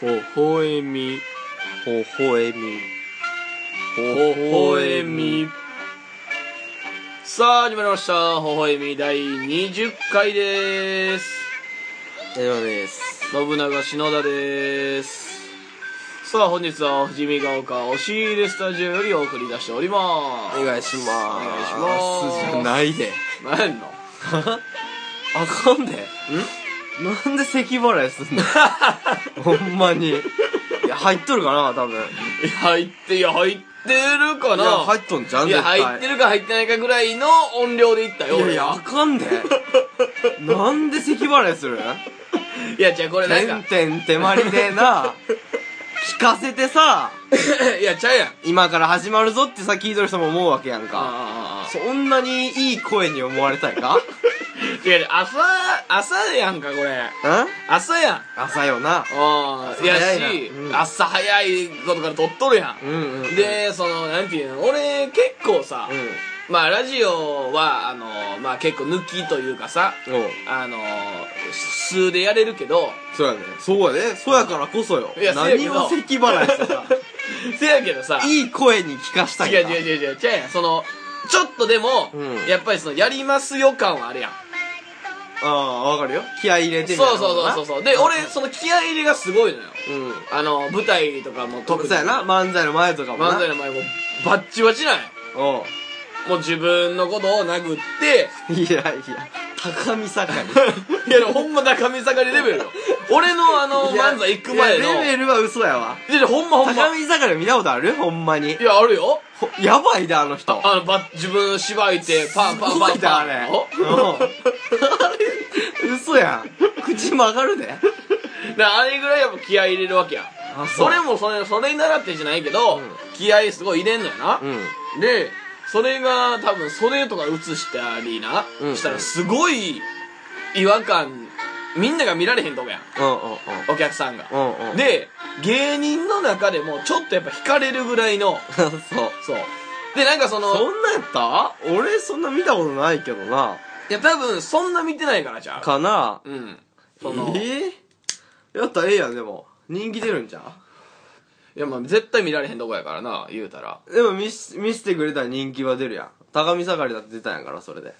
ほほえみほほえみほほえみさあ始まりましたほほえみ第20回です大丈夫です信長篠田ですさあ本日は富士見ヶ丘押し入れスタジオよりお送り出しておりますお願いしますお願いしますじゃないで何の あかんでんなんで咳払いす んのほんまにいや入っとるかな多分いや入っていや入ってるかいやな入っとんじゃんいや絶対入ってるか入ってないかぐらいの音量でいったよいや俺いやあか んでなんで咳払いする いやじゃあこれなんてんかてんてまりで な聞かせてさいやちゃうやん今から始まるぞってさ聞いとる人も思うわけやんかあそんなにいい声に思われたいか んいや朝朝やんかこれ朝やん朝よなああいや早いなし、うん朝早いことから撮っとるやん、んでそのなんていうの俺結構さ、うまあラジオはあのまあ結構抜きというかさんおうあの数でやれるけ どそうやねそうやねそうやからこそよいやそうやけ何どを咳払いして させやけどさいい声に聞かしたい違う違うう違う違う違うやんそのちょっとでも、うんやっぱりそのやりますよ感はあるやんああわかるよ気合い入れてみたいなそうそうそうそうで俺その気合い入れがすごいのよううんあの舞台とかも特特にそうやな漫才の前とかもな漫才の前もバッチバチなんよおうもう自分のことを殴っていやいや高見盛りい やでもほんま高見盛りレベルよ俺のあのいや漫才行く前のいやレベルは嘘やわいやほんまほんま高見盛り見たことあるほんまにいやあるよほやばいであの人あのば自分しばいてパンパンすごパンいパだンあれおうん嘘やん口曲がるでであれぐらいやっぱ気合い入れるわけやんあ俺もそれそれに習ってじゃないけど、うん気合いすごい入れんのよな、うんでそれが多分袖とか映したりな、うんしたらすごい違和感みんなが見られへんとこやんうんうんうんお客さんが、うんうんで芸人の中でもちょっとやっぱ惹かれるぐらいのそうそうでなんかそのそんなんやった俺そんな見たことないけどないや多分そんな見てないからじゃあかなうんその、ええやったらええやんでも人気出るんじゃいやまあ絶対見られへんとこやからな言うたらうでも見し見せてくれたら人気は出るやん高見盛りだって出たんやからそれであ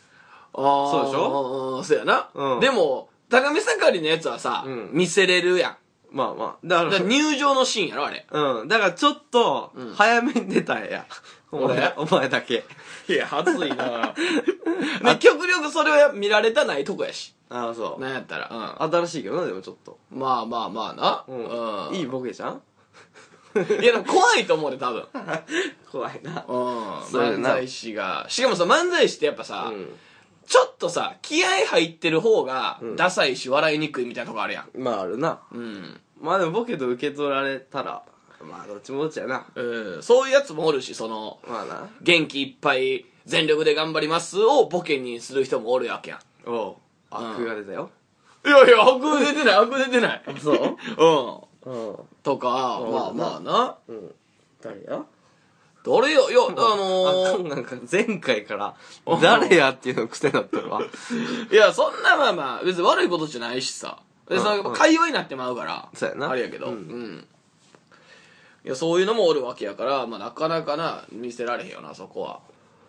そうでしょうんそうやな、うんでも高見盛りのやつはさ、うん見せれるやんまあまあだからだから入場のシーンやろあれうん。だからちょっとうん、早めに出たんや。お前、お前だけ。いや恥ずいな で極力それは見られたないとこやしああ、そう。なんやったら、うん新しいけどな、でもちょっと。まあまあまあな、うん。いいボケじゃんいやでも怖いと思うで多分怖いな。うんそうや漫な才師がしかもさ漫才師ってやっぱさ、うちょっとさ気合入ってる方がうんダサいし笑いにくいみたいなとこあるやんん。まああるな。うん、まあでもボケと受け取られたら、まあどっちもどっちやな。うん、そういうやつもおるしそのまあな。元気いっぱい全力で頑張りますをボケにする人もおるわけやんおう。うん悪が出たよ。いやいや悪出てない悪出てない そうううん。んとかうんまあまあなうん。誰や誰よいやああかのんなんか前回から、誰やっていうの癖になったるわ。ー、いやそんなまあまあ別に悪いことじゃないしさでうんそのうん会話になってまうから そうやなあれやけど、ううんんいやそういうのもおるわけやから、まあ、なかなかな見せられへんよなそこは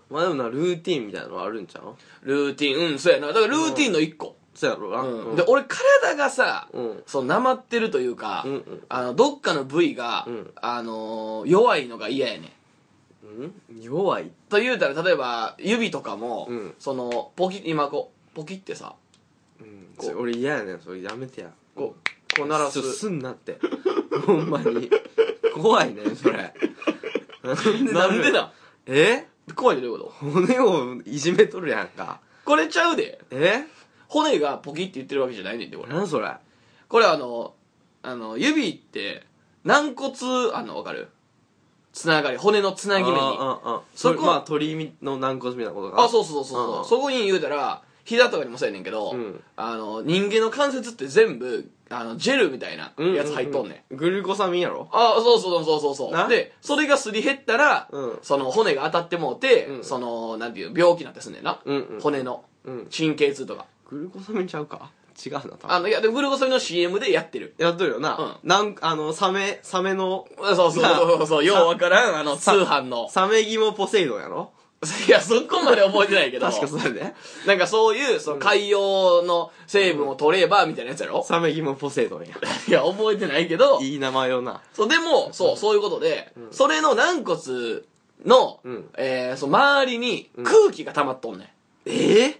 まあでもな、ルーティンみたいなのはあるんちゃうルーティンうんそうやなだからルーティンの一個、そうやろな。うんうんで俺体がさ、うんそのなまってるというか、うんうんあのどっかの部位が、うんあのー弱いのが嫌やねんうん弱い。と言うたら例えば指とかも、うんそのポキ今こうポキってさうんこうそれ俺嫌やねんそれやめてやこうこう鳴らすすすんなって ほんまに怖いねんそれなんだでだえ怖いねどういうこと骨をいじめとるやんかこれちゃうでえ骨がポキって言ってるわけじゃないねんでこれなんそれこれあのあの指って軟骨あんのわかるつながり骨のつなぎ目にああああそそここまあ鳥の軟骨みたいなことかそうそうそうそう、うんそこに言うたら膝とかにもそうやねんけど、うんあの人間の関節って全部あのジェルみたいなやつ入っとんねん,、うグルコサミンやろあそうそうそうそうそうそなうでそれがすり減ったら、うんその骨が当たってもうて、うんそのなんていう病気になってすんねんな、うんうん骨のうん神経痛とかグルコサミンちゃうか違うな、多あ分。の、いや、でもグルコサミンの CM でやってる。やっとるよな。なん、あの、サメ、サメの、そうそうそうそう、ようわからん、あの、通さ販の。サメ肝ポセイドンやろ いや、そこまで覚えてないけど。確かそれで。なんかそういう、その海洋の成分を取れば、みたいなやつやろ、サメ肝ポセイドンや。 いや、覚えてないけど、いい名前よな。そう、でも、そう、そういうことで、それの軟骨の、うんえー、その周りに空気が溜まっとんねん。ええ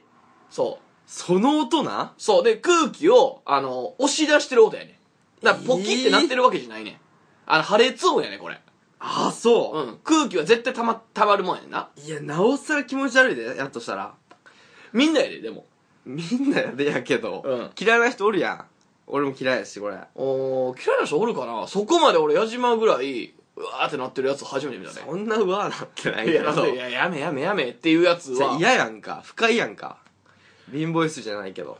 そう。その音なそう。で、空気を、あの、押し出してる音やねん。だから、ポキってえーなってるわけじゃないねん。あの、破裂音やねん、これ。あ、そうう。ん。空気は絶対たま、たまるもんやねんな。いや、なおさら気持ち悪いで、やっとしたら。みんなやで、でも。みんなやでやけど、うん嫌いな人おるやん。俺も嫌いやし、これ。おー、嫌いな人おるかなそこまで俺、矢島ぐらい、うわーってなってるやつ初めて見たね。そんなうわーなってないいけや、だっどてい。や、やめやめやめっていうやつじゃあは、嫌やんか。不快やんか。貧乏ゆすりじゃないけど。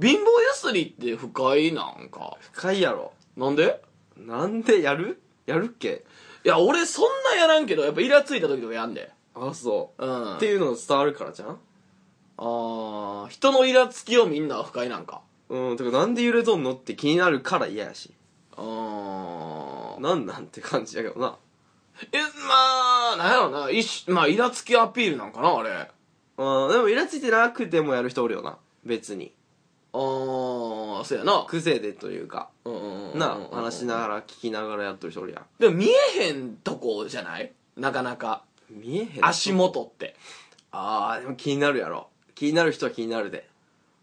貧乏ゆすりって不快なんか。不快やろ。なんでなんでやるやるっけいや、俺そんなやらんけど、やっぱイラついた時とかやんで。あ、そうう。ん。っていうの伝わるからじゃんあー、人のイラつきをみんなは不快なんか。うん、てかなんで揺れとんのって気になるから嫌やし。うーん。なんなんって感じやけどな。え、まあ、なんやろな、いし、まあ、イラつきアピールなんかな、あれ。あうん、でもイラついてなくてもやる人おるよな。別に。ー、そうやな。癖でというか。うんうんうんな、話しながら聞きながらやっとる人おるやん。でも見えへんとこじゃないなかなか。見えへん。足元って。あー、でも気になるやろ。気になる人は気になるで。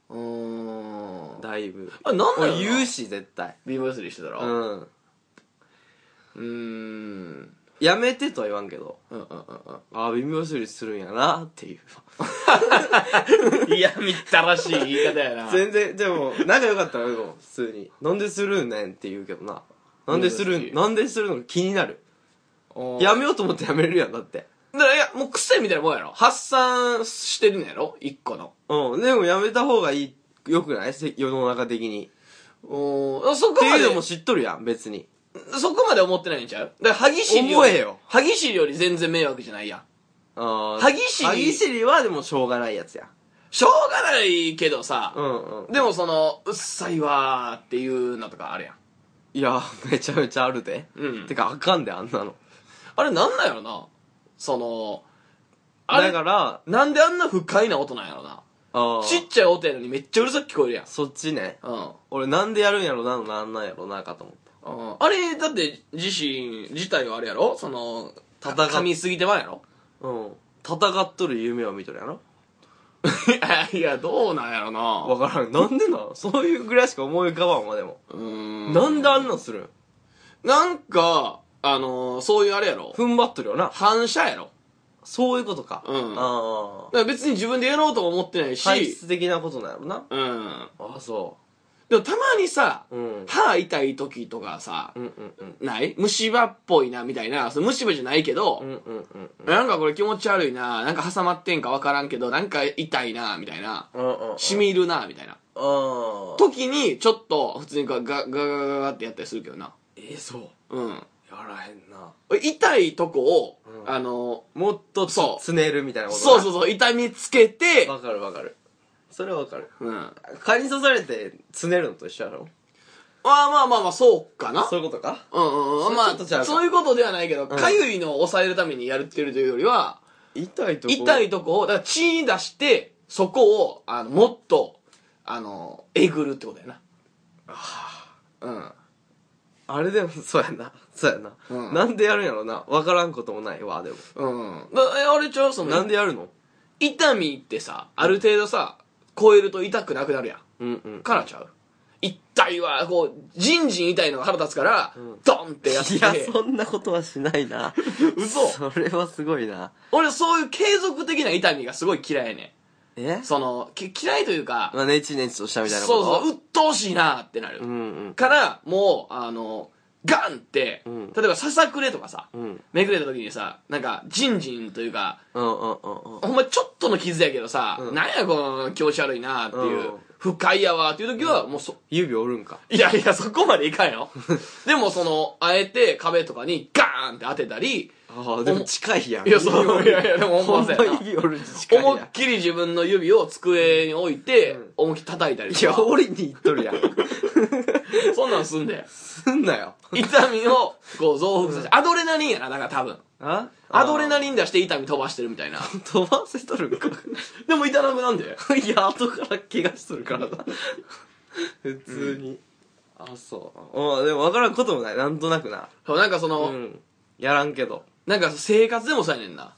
うーん。だいぶ。あれ、なんだ俺よ言うな。し、絶対。ビームスリーしてたら。ううん。ーん。うんやめてとは言わんけど。うんうんああ、微妙処理するんやなっていう。うん。いや、みったらしい言い方やな。全然、でも、仲良かったら、でも普通に。なんでするんねんって言うけどな。なんでする珍しいん、なんでするのが気になる。うんやめようと思ってやめれるやん、だって。だから、いや、もう癖みたいなもんやろ。発散してるんやろ一個の。うん、でもやめた方がいい、良くないせ世の中的に。うん。そっこてまいうでの、も知っとるやん、別に。そこまで思ってないんちゃうだから、歯ぎしり思えよ歯ぎしりより全然迷惑じゃないやん。あー歯ぎしり歯ぎしりはでもしょうがないやつや。しょうがないけどさ、うんうん。でもその、うっさいわーっていうのとかあるやん。いや、めちゃめちゃあるで。うんてか、あかんで、あんなの。あれなんなんやろなその、あだれ、から、なんであんな不快な音なんやろなあちっーちゃい音やのにめっちゃうるさく聞こえるやん。そっちね。うん。俺なんでやるんやろな、なんなんやろな、かと思った。うんあれ、だって、自身、自体はあれやろその、戦っ噛みすぎてまうやろうん。戦っとる夢を見とるやろ いや、どうなんやろなわからん。なんでなんそういうぐらいしか思い浮かばんわ、でも。うーん。なんであんなんするんなんか、あのー、そういうあれやろ踏ん張っとるよな。反射やろそういうことか。うんあだあ。から別に自分でやろうとも思ってないし、体質的なことなんやろな。うん。ああ、そでもたまにさ、う。うん。歯痛い時とかさう、んうんうん。ない虫歯っぽいなみたいな、その虫歯じゃないけど、うんうんうん。なんかこれ気持ち悪いな、なんか挟まってんかわからんけど、なんか痛いな、みたいな、うんうんうん。しみるな、みたいな。あー時に、ちょっと、普通にガガガガガガってやったりするけどな。ええ、そう。うん。やらへんな。痛いとこを、うんあの、もっとつそうつねるみたいなことそうそううそう、痛みつ けて、わかるわかる。それはわかる。うん。ま蚊に刺されてつねるのと一緒やろあまあまあまあ、そうかな。そういうことかうんうんうん。まそれちょっとちゃうあ、かそういうことではないけど、んかゆいのを抑えるためにやるってるというよりは、痛いとこ痛いとこを、だから血出して、そこを、あの、もっと、あの、えぐるってことやな。うん。あれでも、そうやな。そうやな。うんなんでやるんやろな。わからんこともないわ、でも。うん。だえ、あれちゃうその、なんでやるの痛みってさ、ある程度さ、超えると痛くなくなるやん。うんうん。からちゃう痛いわ、こう、じんじん痛いのが腹立つから、ドンってやって。いや、そんなことはしない な。嘘それはすごいな。俺そういう継続的な痛みがすごい嫌いやねえん。その、き嫌いというか、まあ、ネチネチとしたみたいなこそうとそう、鬱陶しいなってなる。うんから、もう、あの、ガンって、うん例えばささくれとかさ、うん。うん。めくれた時にさ、なんか、ジンジンというか、うんうんうんうん。ほんまちょっとの傷やけどさ、うんなんやこの気持ち悪いなっていう、うん不快やわっていう時は、もうそ、指折るんか。い やいや、そこまでいかんよ。でもその、あえて壁とかにガーンって当てたり、あああでも近いやんいや、そう、いやいや、でもほ思んわせまやな。指折る近いや思いんっきり自分の指を机に置いて、うん思いっきり叩いたりいとやか。折りにいっとるやんそんなんすんで。すんなよ痛みを、こう、増幅させて。アドレナリンやな、だから多分。あアドレナリリン出して痛み飛ばしてるみたいな。飛ばせとるんか でも痛なくなんで いや後から怪我しとるからな普通に、あそうまあでも分からんこともないなんとなくなそう、なんかその、うんやらんけどなんか生活でもさやねんな。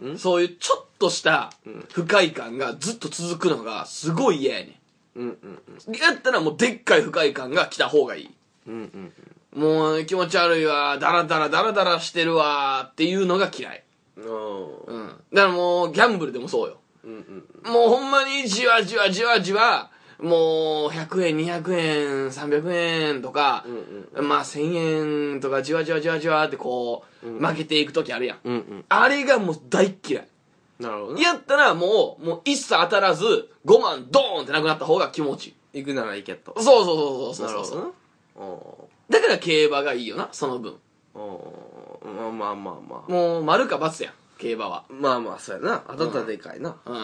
うんそういうちょっとしたうん不快感がずっと続くのがすごい嫌やねうんうんうんん。やったらもうでっかい不快感が来た方がいい。うんうんもう気持ち悪いわ、ダラダラダラダラしてるわっていうのが嫌い。うんうん。だからもうギャンブルでもそうよ。うんうんもうほんまにじわじわじわじわ、もう100円、200円、300円とかう、んまあ1000円とかじわじわじわじわってこう、負けていく時あるやん。うんうんあれがもう大っ嫌い。なるほどねやったらもう、もう一切当たらず、5万ドーンってなくなった方が気持ちいい。行くなら行けとそうそうそうそうなるそほうそう。どねだから競馬がいいよな、その分。うんうんまあまあまあまあもう、丸か×やん、競馬は。まあまあそうやな当たったらでかいな、う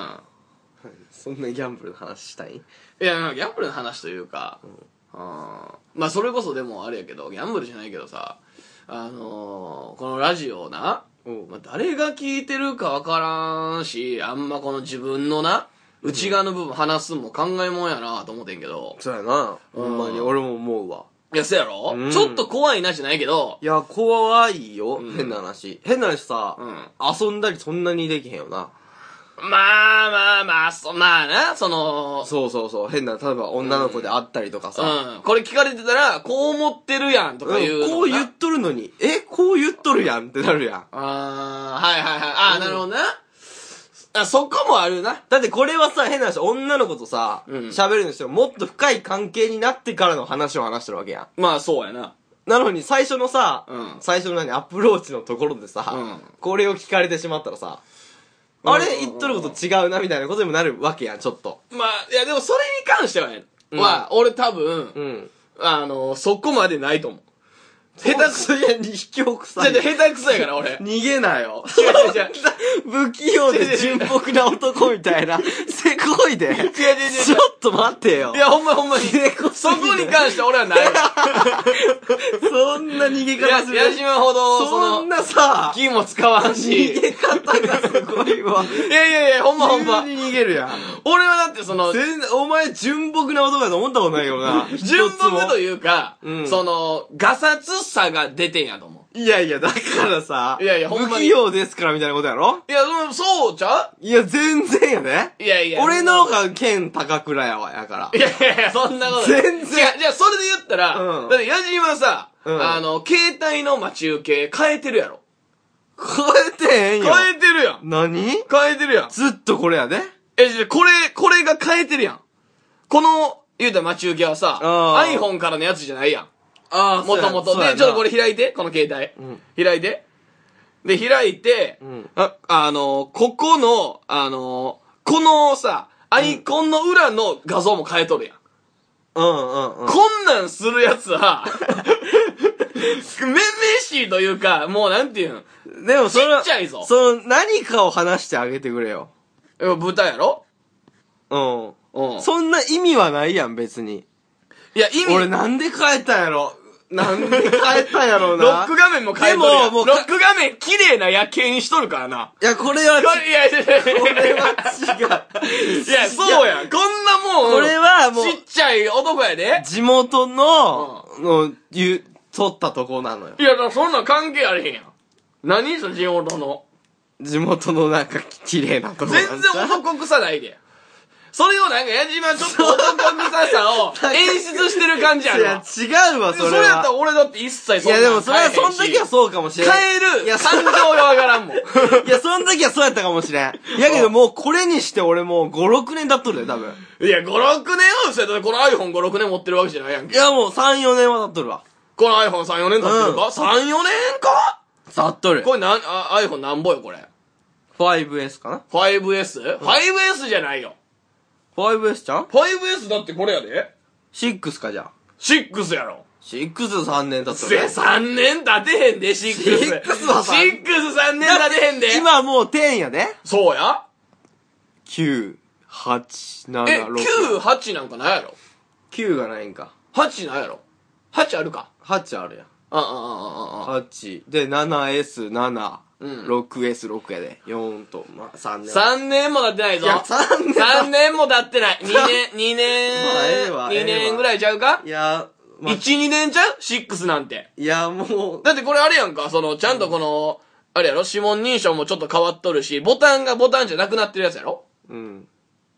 ん。そんなギャンブルの話したいいや、ギャンブルの話というか、うん。まあ、それこそでもあれやけど、ギャンブルじゃないけどさ、あのー、このラジオな、うんまあ、誰が聞いてるかわからんし、あんまこの自分のな、内側の部分話すんも考えもんやなと思ってんけど。そうやなほんまにうん俺も思うわいや、そうやろ、うんちょっと怖いなじゃないけど、いや怖いよ、うん変な話変な話さ、うん遊んだりそんなにできへんよなまあまあまあ、そ、まあな、その、そうそうそう変な例えば女の子で会ったりとかさ、うん。これ聞かれてたら、こう思ってるやんとかいううんのこもうな。言っとるのにえこう言っとるやんってなるやんあーはいはいはい。あー、うんなるほどな。あ、そこもあるな。だってこれはさ変な話女の子とさうん喋、るにしてももっと深い関係になってからの話を話してるわけやんまあそうやな。なのに最初のさ、うん最初の何アプローチのところでさ、うんこれを聞かれてしまったらさ、うんあれ言っとること違うなみたいなことにもなるわけやん、ちょっと。まあ、いやでもそれに関してはね、うんは、俺多分、ん。あの、そこまでないと思う。下手くそ、そやに卑怯くさじゃい。下手くそやから俺。逃げなよ。違う違う違う。不器用で純朴な男みたい な、せこいで。違う違う違うちょっと待ってよ。いや、ほんまほんまに。せこすそぎこにる関して俺はない。そんな逃げ方すいや、矢る。島ほど、そそんの、なさ、気も使わん逃し。げ方がすごいわ。いやいやいや、ほんまほんま。急に逃げるやん。俺はだってその、全然、お前純朴な男やと思ったことないよな。純朴といいうか、うんその、ガサツさが出てんやと思いやいや、だからさ、いやいやほんまに不器用ですからみたいなことやろう。いや、うんそうちゃいや、全然やね。ういやいや。俺の方が剣高倉やわ、や からい。やいやいや、そんなことない。全然違うじゃあ、それで言ったら、うんだって、矢島さ、うんあの、携帯の待ち受け変えてるやろ。超えてへんよ。変えてるやん。何変えてるやん。ずっとこれやで。え、じゃあこれ、これが変えてるやん。この、言うたら待ち受けはさ、あー iPhone からのやつじゃないやん。あもともと。で、ちょっとこれ。開いて、この携帯。うん開いて。で、開いて、うんあ、あの、ここの、あの、このさ、アイコンの裏の画像も変えとるやん。うんうんうん。こんなんするやつは、 めめしいというか、もうなんていうんでもその、ちっちゃいぞその、何かを話してあげてくれよ。え豚やろうん。うん。そんな意味はないやん、別に。いや、意味、俺ロなんで変えたんやろ。なんで変えたんやろうな。ック画面も変えとるやでもん。もうロック画面綺麗な夜景にしとるからな。いや、これはこれ、いや、いやいやこれは違う。いや、そうやん。こんなもん、これはもう、ちっちゃい男やで。地元の、の、ゆ、取ったとこなのよい。や、だからそんなん関係あれへんやん。何その地元の。地元のなんか、綺麗なとこなん全然男臭ないで。それをなんか矢島ちょっと男臭さ を演出してる感じあるわ。いや、違うわ、でそそれれやったらは。俺だって一切いそんや、なんでもそれは、変えへそんんし時はそうかもしれん。変えいやるそ感情がわからんもん。いや、その時はそうやったかもしれん。いやけどもう、これにして俺もう5、6年経っとるよ、多分。いや、5、6年は嘘やだってこの iPhone5、6年持ってるわけじゃないやんいけ。や、もう3、4年は経っとるわ。この iPhone3、4年経ってるか、うん ?3、4年か経っとるこ。れなん、あ iPhone なんぼよ、これ。 5S かな 5S?5S、5S じゃないよ。 ?5S ちゃん 5S だってこれやで。 ?6 かじゃあ。 6やろ。 63年経ったせ、3年経てへんで、シックス。シックスはさシックス3年経てへんで。今もう10やでそうや9、8、え、 7、6。 9、8なんかないやろ9がないんか。 ?8 ないやろ ?8 あるか。 8あるやん。うんうんうんうんうん。 8。で、7S、7。うん 6S、6やで。4と、まあ、3年。 3年も経ってないいぞ。や、3年。 3年も経って ない。2年、2まあええ年、わええ2わ年ぐらいちゃうかいや、まあ ?1、2年ちゃう ?6 なんて。いや、もう、だってこれあれやんか、その、ちゃんとこの、あれやろ指紋認証もちょっと変わっとるし、ボタンがボタンじゃなくなってるやつやろうん。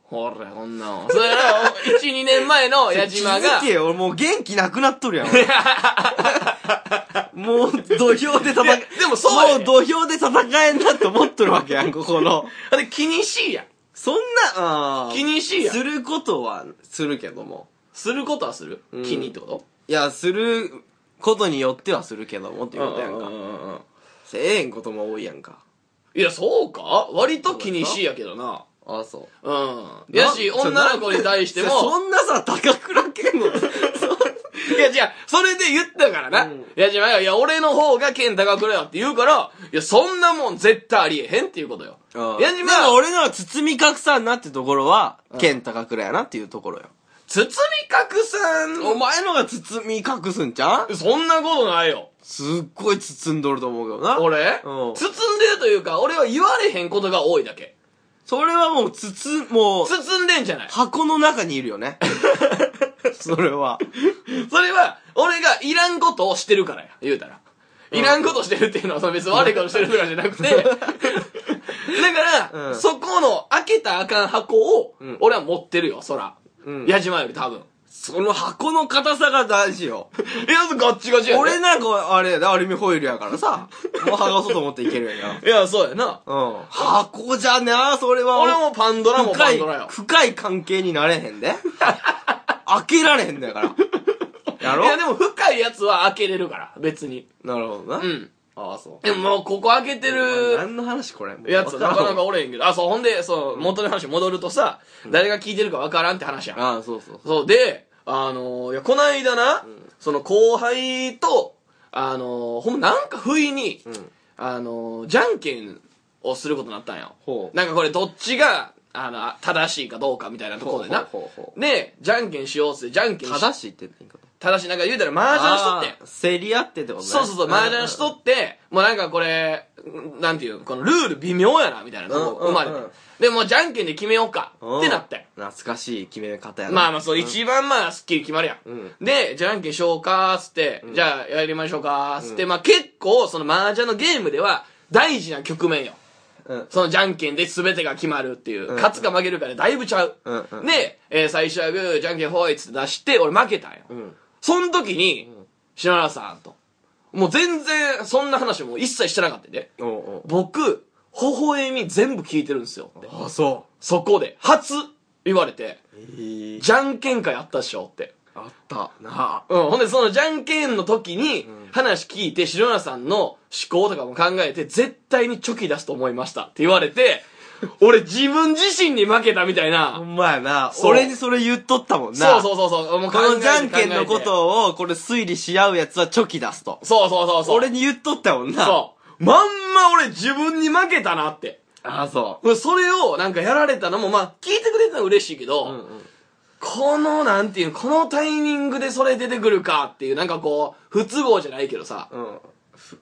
ほら、こんなもん。それは、1、2 年前の矢島気づがけ、よ、俺もう元気なくなっとるや ん。俺もう土俵で戦いやでもそうやねもう土俵で戦えんなって思っとるわけ やん、ここの。あれ気にしいやん。そんな、あー気にしいやんすることはするけども。することはするうん気にってこといや、することによってはするけどもっていうことやんうんか。うんうんうんせえへんことも多いやんか。いや、そうか割と気にしいやけどな。ああ、そう。うん。やし、なそれ女の子に対しても、そんなさ、高倉健 の、いや、違う、それで言ったからな。うんいや、違うよ、いや、俺の方が剣高くれよって言うから、いや、そんなもん絶対ありえへんっていうことよ。うん矢で島も俺のは包み隠さんなってところは、剣高倉やなっていうところよ。包み隠さん、お前のが包み隠すんちゃうそんなことないよ。すっごい包んどると思うけどな。俺、うん包んでるというか、俺は言われへんことが多いだけ。それはもう包、もう、包んでんじゃない。箱の中にいるよ ね。それは。それは、俺がいらんことをしてるからや、言うたら。いらんことしてるっていうのは、その別に悪いことしてるとかじゃな くて、だから、うんそこの開けたあかん箱をうん、俺は持ってるよ、そら。うん矢島より多分。その箱の硬さが大事よ。いや、ガッチガチやで俺なんか、あれやで、アルミホイルやから さ、もう剥がそうと思っていけるやんか。いや、そうやな。 うん。箱じゃな、それは。俺もパンドラも深パンいドラよ、。深い関係になれへん で。開けられへんだから。やろいや、でも深いやつは開けれるから、別に。なるほどな。うん。ああ、そう。でももうここ開けてる何の話これ。やつ、なかなかあおれへんけど。あ、そう、ほんで、そう、元の話戻るとさ、誰が聞いてるかわからんって話やん。あー、そうそう。そう、で、あのー、いや、こないだな、んその後輩と、あのー、ほんまなんか不意に、うん。あのー、じゃんけんをすることになったんよ。ほう。なんかこれどっちが、あの、正しいかどうかみたいなところでな。ほうほうほうで、じゃんけんしようっつって、じゃんけんし、正しいって言ってんか。正しい、なんか言うたら麻雀しとってん。あー競り合ってってことね。そうそうそう、麻雀しとって、もうなんかこれ、んなんていうのこのルール微妙やな、みたいなとこうん生まれてうんうん。で、もうじゃんけんで決めようか、うんってなったよ。懐かしい決め方やな。まあまあそう、一番まあ、すっきり決まるやん。うん。で、じゃんけんしようかーっつって、んじゃあやりましょうかーっつって、うんまあ結構その麻雀のゲームでは大事な局面よ。うん。そのじゃんけんで全てが決まるっていう、うん勝つか負けるかでだいぶちゃう。うんうん。で、えー最初はグー、じゃんけんほいっつって出して、俺負けたんよ。うん。その時にん、篠原さんと。もう全然、そんな話も一切してなかったんで。おう僕、微笑み全部聞いてるんですよって。おう。あ、そそこで、初言われて、う。ええ。じゃんけん会あったっしょって。あった。なあ。うん、ほんでそのじゃんけんの時にうん話聞いて、篠原さんの思考とかも考えて、絶対にチョキ出すと思いましたって言われて、俺自分自身に負けたみたいほな。んまやな。そう俺にそれ言っとったもんな。そうそうそうそう。もう考こえてのじゃんけんのこ。考とを、これ推理し合うやつはチョキ出すとえ。てそうそうそうそう。俺に言っとったもんな。そう。まんま俺自分に負けたなって。ああ、そそれをなんかやられたのも、まあ、聞いてくれたのは嬉しいけど、う。うん。この、なんていうの、このタイミングでそれ出てくるかっていう、なんかこう、不都合じゃないけどさ。うん。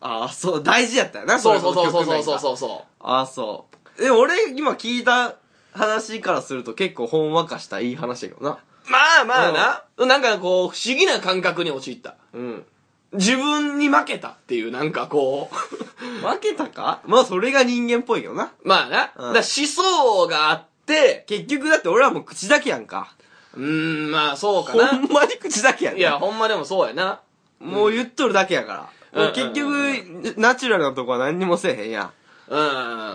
ああ、そう、大事やったよな、そうそうそうそうそうれこ局面そうがそうそああ、そう。でも俺、今聞いた話からすると結構ほんわかしたいい話だけどな。う。まあまあな、なんかこう、不思議な感覚に陥った。うん。自分に負けたっていう、なんかこう。 負けたかまあ、それが人間っぽいけどな。まうあな、んだから思想があって、結局だって俺はもう口だけやんか。うーん、まあそうかほな。んまに口だけやん。いや、、ほんまでもそうやな。もう言っとるだけやから。うんもう結うん局、ナチュラルなとこは何にもせえへんやん。う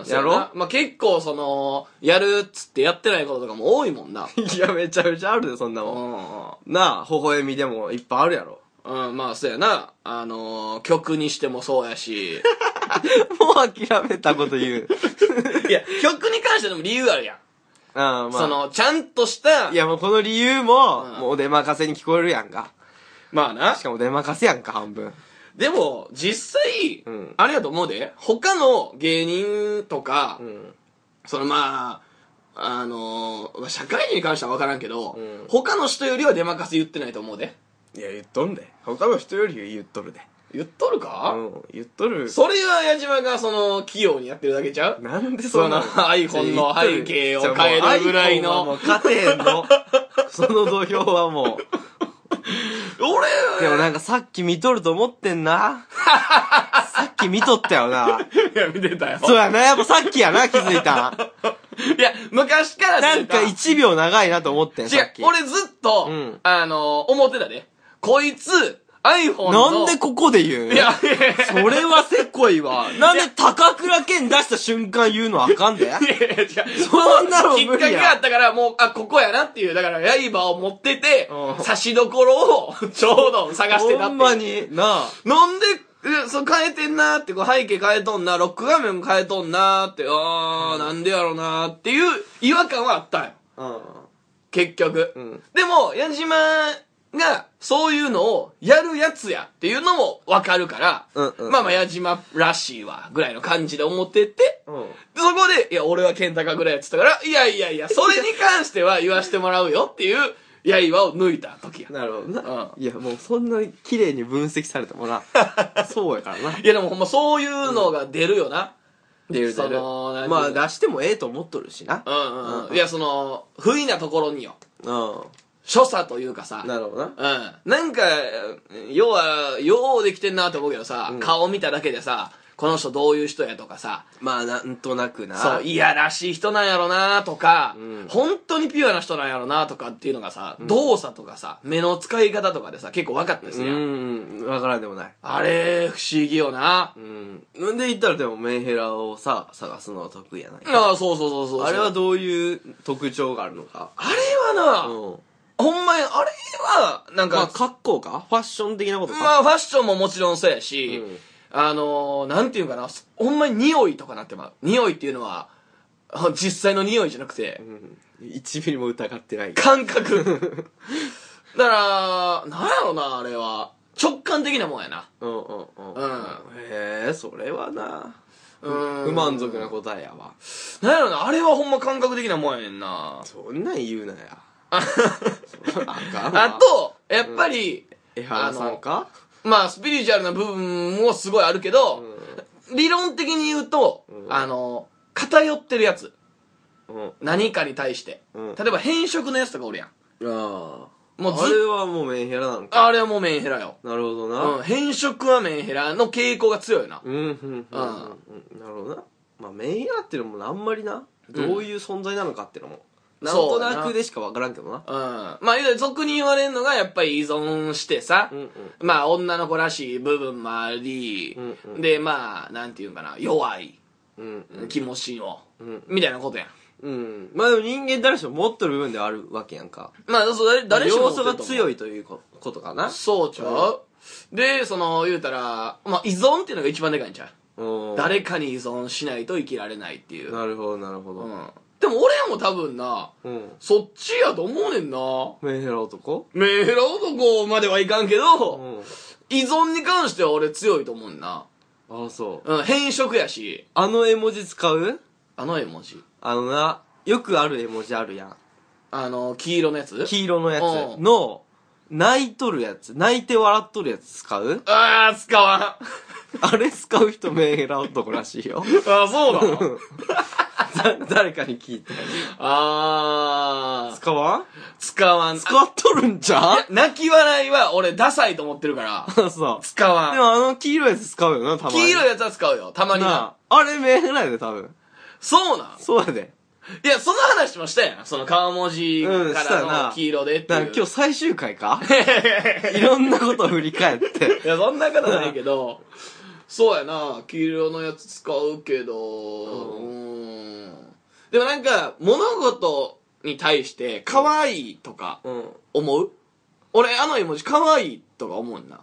ん、そうやろなまあ結構その、やるっつってやってないこととかも多いもんな。いや、めちゃめちゃあるで、そんなうもん。んうん。なあ、微笑みでもいっぱいあるや ろ。うん、まあそうやな。あのー曲にしてもそうやし。 いもう諦めたこと言う。や、曲に関してでも理由あるやん。 ああ、まあ。その、ちゃんとした、いや、もうこの理由も、うんもうお出任せに聞こえるやんか。まあなし。かも出まかせやんか、半分。でも、実際、うんあれやと思うで、他の芸人とか、ん。そのまあ、あのーまあ社会人に関しては分からんけど、うん他の人よりは出まかせ言ってないと思うで。いや、言っとんで。他の人より言っとるで。言っとるうか、ん。言っとる。それは矢島がその、器用にやってるだけちゃうなんでそそんのな iPhone の背景を変えるぐらいのもう iPhone はもう勝てへん の。その土俵はもう。でも俺なんかさっき見とると思ってんな。さっき見とったよな。 いや、見てたよ。そうやな。やっぱさっきやな、気づいた。いや、昔か らなっていんうかか1秒長いなと思ってん、違さうっき。、俺ずっと、うんあのー思ってたで。こいつ、iPhone なの。んでここで言ういや、それはせっこい わ。なんで高倉健出した瞬間言うのあかんでいやいや違う。そんなのきっ無かけ理があっや。たから、もう、あ、ここやなっていう、だから、刃を持っててう、ん差しどころ を、ちょうど探してたっていう。ほんまに、なあ。なんで、えそう変えてんなーって、こう背景変えとんな、ロック画面変えとんなーって、あー、なんでやろなーっていう違和感はあったんよ。結局。うんでも、矢島が、そういうのをやるやつやっていうのもわかるから、うんうんまあまあ矢島らしいわ、ぐらいの感じで思ってて、うん。でそこで、いや、俺は健太かぐらいやってたから、いやいやいや、それに関しては言わしてもらうよっていう、刃を抜いた時や。なるほどな。ういや、もうそんな綺麗に分析されても な。そうやからな。いや、でもほんまそういうのが出るよな。出るそ出る。のなんていうのまあ出してもええと思っとるしな。うんうんううんん。いや、その、不意なところによ。うん。所作というかさ。なるほどな。うん。なんか、要は、ようできてんなって思うけどさ、ん顔見ただけでさ、この人どういう人やとかさ、まあなんとなくな。そう、いやらしい人なんやろなとか、うん本当にピュアな人なんやろなとかっていうのがさ、動作とかさ、目の使い方とかでさ、結構分かったりすうるやん。ん。わからんでもない。あれ、不思議よな。うん。んで言ったらでもメンヘラをさ、探すのは得意やない。ああ、そうそうそうそう。あれは、どういう特徴があるのか。あれはな、うん。ほんまに、あれは、なんか、まあ格好かファッション的なことか。まあ、ファッションももちろんそうやし、うんあのー、なんていうんかな、そほんまに匂いとかなってまう。匂いっていうのは、あ実際の匂いじゃなくてう、ん。1ミリも疑ってない。感 覚。だから、なんやろな、あれは。直感的なもんやな。うんうんうん。うんへえ、それはな。うん不満足な答えやわ。なんやろな、あれはほんま感覚的なもんやねんな。そんなん言うな や。あそらあかんわあ、と、やっぱり、江原さんかまあ、スピリチュアルな部分もすごいあるけど、理論的に言うと、うんあの、偏ってるやつ。うん。うん。何かに対して、うん例えば変色のやつとかおるやんああ。もうずあれはもうメンヘラなんか。あれはもうメンヘラよ、なるほどうん、な。変色はメンヘラの傾向が強いな、うん、うん、うん。うんなるほどな。まあメンヘラっていうのもあんまりな、どういう存在なのかっていうのも、なんとそうだななくでしかわからんけどな。うん、まあ言うたら俗に言われるのがやっぱり依存してさ、うんうん。まあ女の子らしい部分もあり、うんうんでまあなんていうんかな弱いうん気持ちを、うんみたいなことやんうん。うん。まあでも人間誰しも持っとる部分ではあるわけやんか。まあそう誰しも要素が強いいというこことかな。そうちゃう、でその言うたら、まあ、依存っていうのが一番でかいんちゃううん誰かに依存しないと生きられないっていうなるほど、なるほど。でも俺も多分な、うん。そっちやと思うねんな。メンヘラ男メンヘラ男まではいかんけど、うん。依存に関しては俺強いと思うねんな。ああ、そう。うん、変色やし、あの絵文字使うあの絵文字。あのな、よくある絵文字あるやん。あの、黄色のやつ黄色のやうつんの、泣いとるやつ、泣いて笑っとるやつ使うあー、使わん。あ あれ使う人メンヘラ男らしい よ。ー、そうなだの誰かに聞いて。 あー、使わん使わん。使っとるんじゃん泣き笑いは俺ダサいと思ってるから、そう。使わでん。もあの黄色いやつ使うよな、たまに。黄色いややつは使うよ。たまつにな。なあ。あれメンヘラやで、多分。そうなんそうやで。いや、その話もしたやん。その顔文字うんかしたよらなの黄色でっていだう。から今日最終回か いろんなことを振り返って。 いや、そんなことないけど、そうやな、黄色のやつ使うけど、うーん。でもなんか、物事に対して、可愛いとか、 うん。思う俺、あの絵文字可愛いとか思うんな。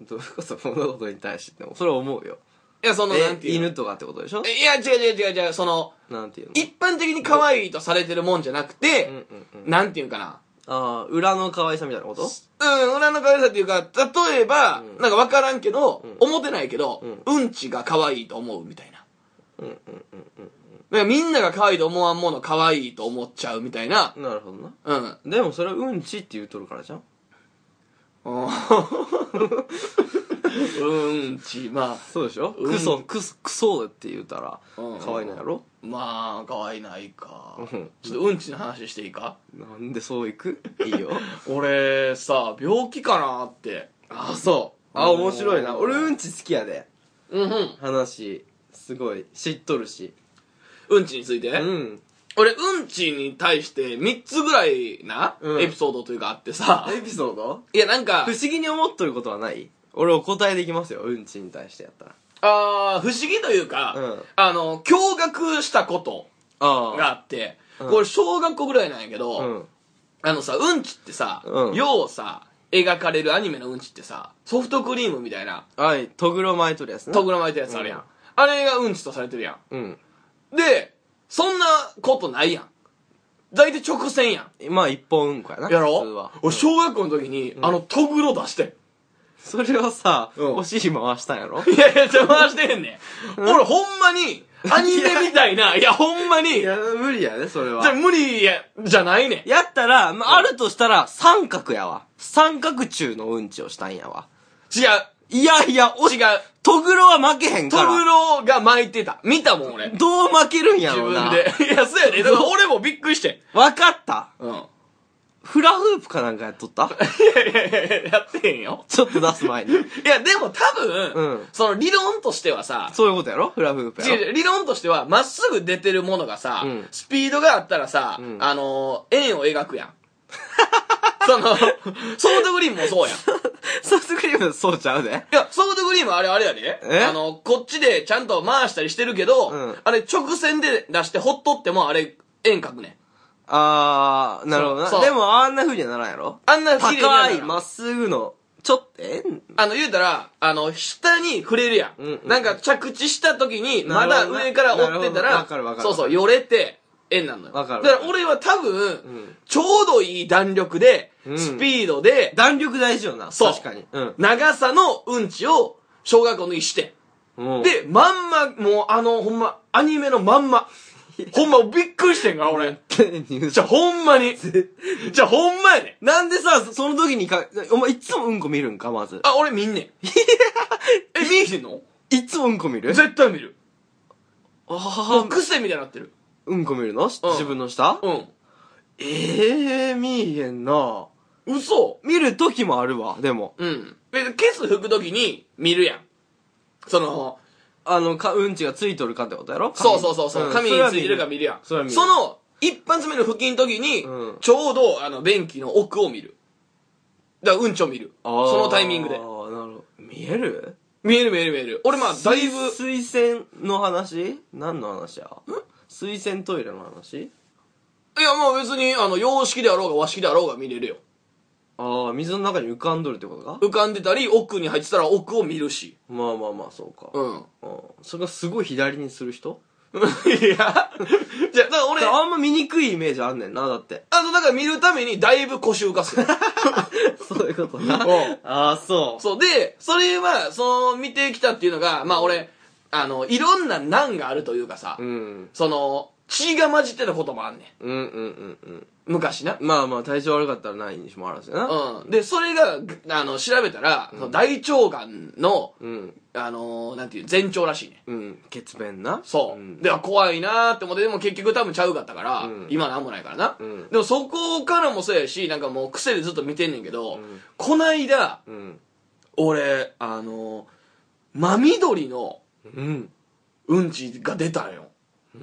どういうこと物事に対してでも、それは思うよ。いや、その、なんえていうの犬とかってことでしょえいや、違う違う違う違う、その、なんていうの一般的に可愛いとされてるもんじゃなくて、うんうんうんなんていうんかな、ああ、裏の可愛さみたいなことうん、裏の可愛さっていうか、例えば、うんなんかわからんけど、ん思ってないけど、ううんちが可愛いと思うみたいな。うんうんうんだからみんなが可愛いと思わんもの可愛いと思っちゃうみたいな。うん。なるほどな。 うん。でもそれはうんちって言うとるからじゃん。うんち、まそうでしょ、うんクソ、クソ、クソって言うたら、うん可愛いのやろあ、まあ、可愛いないかう。んちょっとうんちの話していいかなんでそういくいいよ。俺、さ、病気かなって。 あ、そう。あ、面白いな。俺うんち好きやで。うんうん。話、すごい、知っとるし。うんちについて、うん。俺、うんちに対して3つぐらいな、うんエピソードというかあってさ。エピソードいや、なんか不、思議に思っとることはない俺お答えできますよ。うんちに対してやったら。あー不思議というか、うんあの、驚愕したことあがあって、うんこれ小学校ぐらいなんやけど、うん。あのさ、うんちってさ、うんようさ、描かれるアニメのうんちってさ、ソフトクリームみたいな、はい、トグロ巻いとるやつね。とぐら巻いたやつあるやん,、うんあれがうんちとされてるやうん。ん。で、そんなことないやん。大体直線やん。まあ、一本うんこやな。や普通ろは。俺、小学校の時に、あの、とぐろ出してん。 それをさ、うんお尻回したんやろいやいや、邪魔してへんねん。俺、ほんまに、アニメみたいな、いや、ほんまに、いや、無理やね、それはじゃあ無理や、じゃないねん。やったら、まあ、あるとしたら、三角やわ。三角中のうんちをしたんやわ。違う。いやいや、お違う。トグロは負けへんトから。グロが巻いてた。見たもん、俺。どう負けるんや自ろう分な。で。いや、そうやね。だから俺もびっくりして。わかった。うん。いフラフープかなんかやっとった やいやいや、やってへんよ。ちょっと出す前に。いや、でも多分、うんその理論としてはさ、 そういうことやろフラフープや違うろ違う理論としては、まっすぐ出てるものがさ、うんスピードがあったらさ、うんあのー円を描くやん。 その、ソードグリーンもそう やん。ソフトクリームそうちゃうで。いや、ソフトクリームあれあれやで。えあの、こっちでちゃんと回したりしてるけど、うんあれ直線で出してほっとってもあれ遠隔ねん。あー、なるほどそうな。そうでも、あんな風にはならんやろあんな綺麗にや高るい、からまっすぐの、ちょっと、えあの、言うたら、あの、下に触れるやうん。んうんなんか着地した時に、なまるだほどね上から折ってなたるほどら、わかるわかるそうそう、よれて、円なのよ。わかるわかだるから俺は多分、んちょうどいい弾力で、うんスピードで、弾力大事よな。そう確かに。うん。長さのうんちを小学校のにして。うん、 で、まんま、もうあの、ほんま、アニメのまんま。ほんま、びっくりしてんか、俺。入じゃあ、ほんま に。じゃあ、ほんまやねん。なんでさ、その時にか、お前いつもうんこ見るんか、まず。あ、俺見んね ん。え、見えへんのいつもうんこ見る絶対見る。もあう癖みたいになってる。ーうんこ見るの、しうん自分の下うん。ええー、見えへんな嘘見る時もあるわ、でも。うん。で、ケス拭くときに見るやん。その、あの、か、うんちがついとるかってことやろそうそうそうそう、紙についてるか見るやん。それは見るの、一発目の拭きのときに、うんちょうど、あの、便器の奥を見る。だから、うんちを見る。そのタイミングであー。なるほど。見える見える見える見える。俺、まあ、だいぶ、水水洗の話何の話や水洗トイレの話いや、まあ別に、あの、洋式であろうが和式であろうが見れるよ。ああ、水の中に浮かんどるってことか浮かんでたり、奥に入ってたら奥を見るし。まあまあまあ、そうか。うん。うん。それがすごい左にする人 い や、じゃあ、だから俺、ああんま見にくいイメージあんねんな、だって。 の、だから見るためにだいぶ腰浮かす。そういうことなうん。ああ、そう。そう。で、それは、その、見てきたっていうのが、まあ俺、あの、いろんな難があるというかさ、うん。その、血が混じってたこともあんねうんうんうんうん。ん。昔な。まあまあ、体調悪かったらないにしもあらずやな。うん。で、それが、あの、調べたら、その大腸がんの、うん。あの、なんていう、前兆らしいね。うん。血便な。そう。んでは怖いなーって思って、でも結局多分ちゃうかったから、うん今なんもないからな。うんでもそこからもそうやし、なんかもう癖でずっと見てんねんけど、んこないだ、うん。俺、あの、真緑のうん。うんちが出たんよ。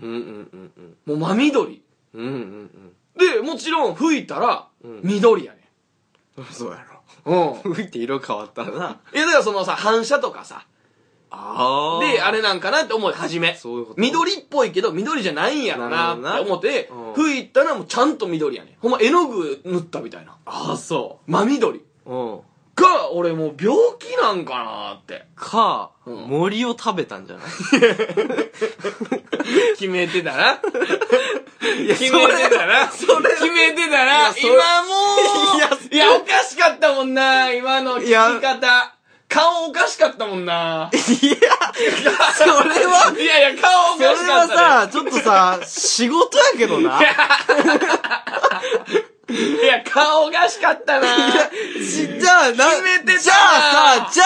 うんうんうんうん。もう真緑。うんうんで、もちろん吹いたら、うん緑やね、うん。そうやろ。ん。うん。吹いて色変わったらな。いや、だからそのさ、反射とかさ、ああ。で、あれなんかなって思う、初め。そういうこと緑っぽいけど、緑じゃないんやろななっるて思ってほどなうん、吹いたらもうちゃんと緑やねん。ほんま絵の具塗ったみたいな。ああ、そ真緑。う。うん。が、俺もう病気なんかなって。か、うん森を食べたんじゃない決めてたな。いや決めてたな。それ決めてたな。それ今もうんな、今の聞き方。顔おかしかったもんな。それは、いやいや、顔おそれかしかはった、さ、ね。ちょっとさ、仕事やけどな。いや、顔おかしかったな。じじゃあ、な、決めてたなじゃあさ、じゃ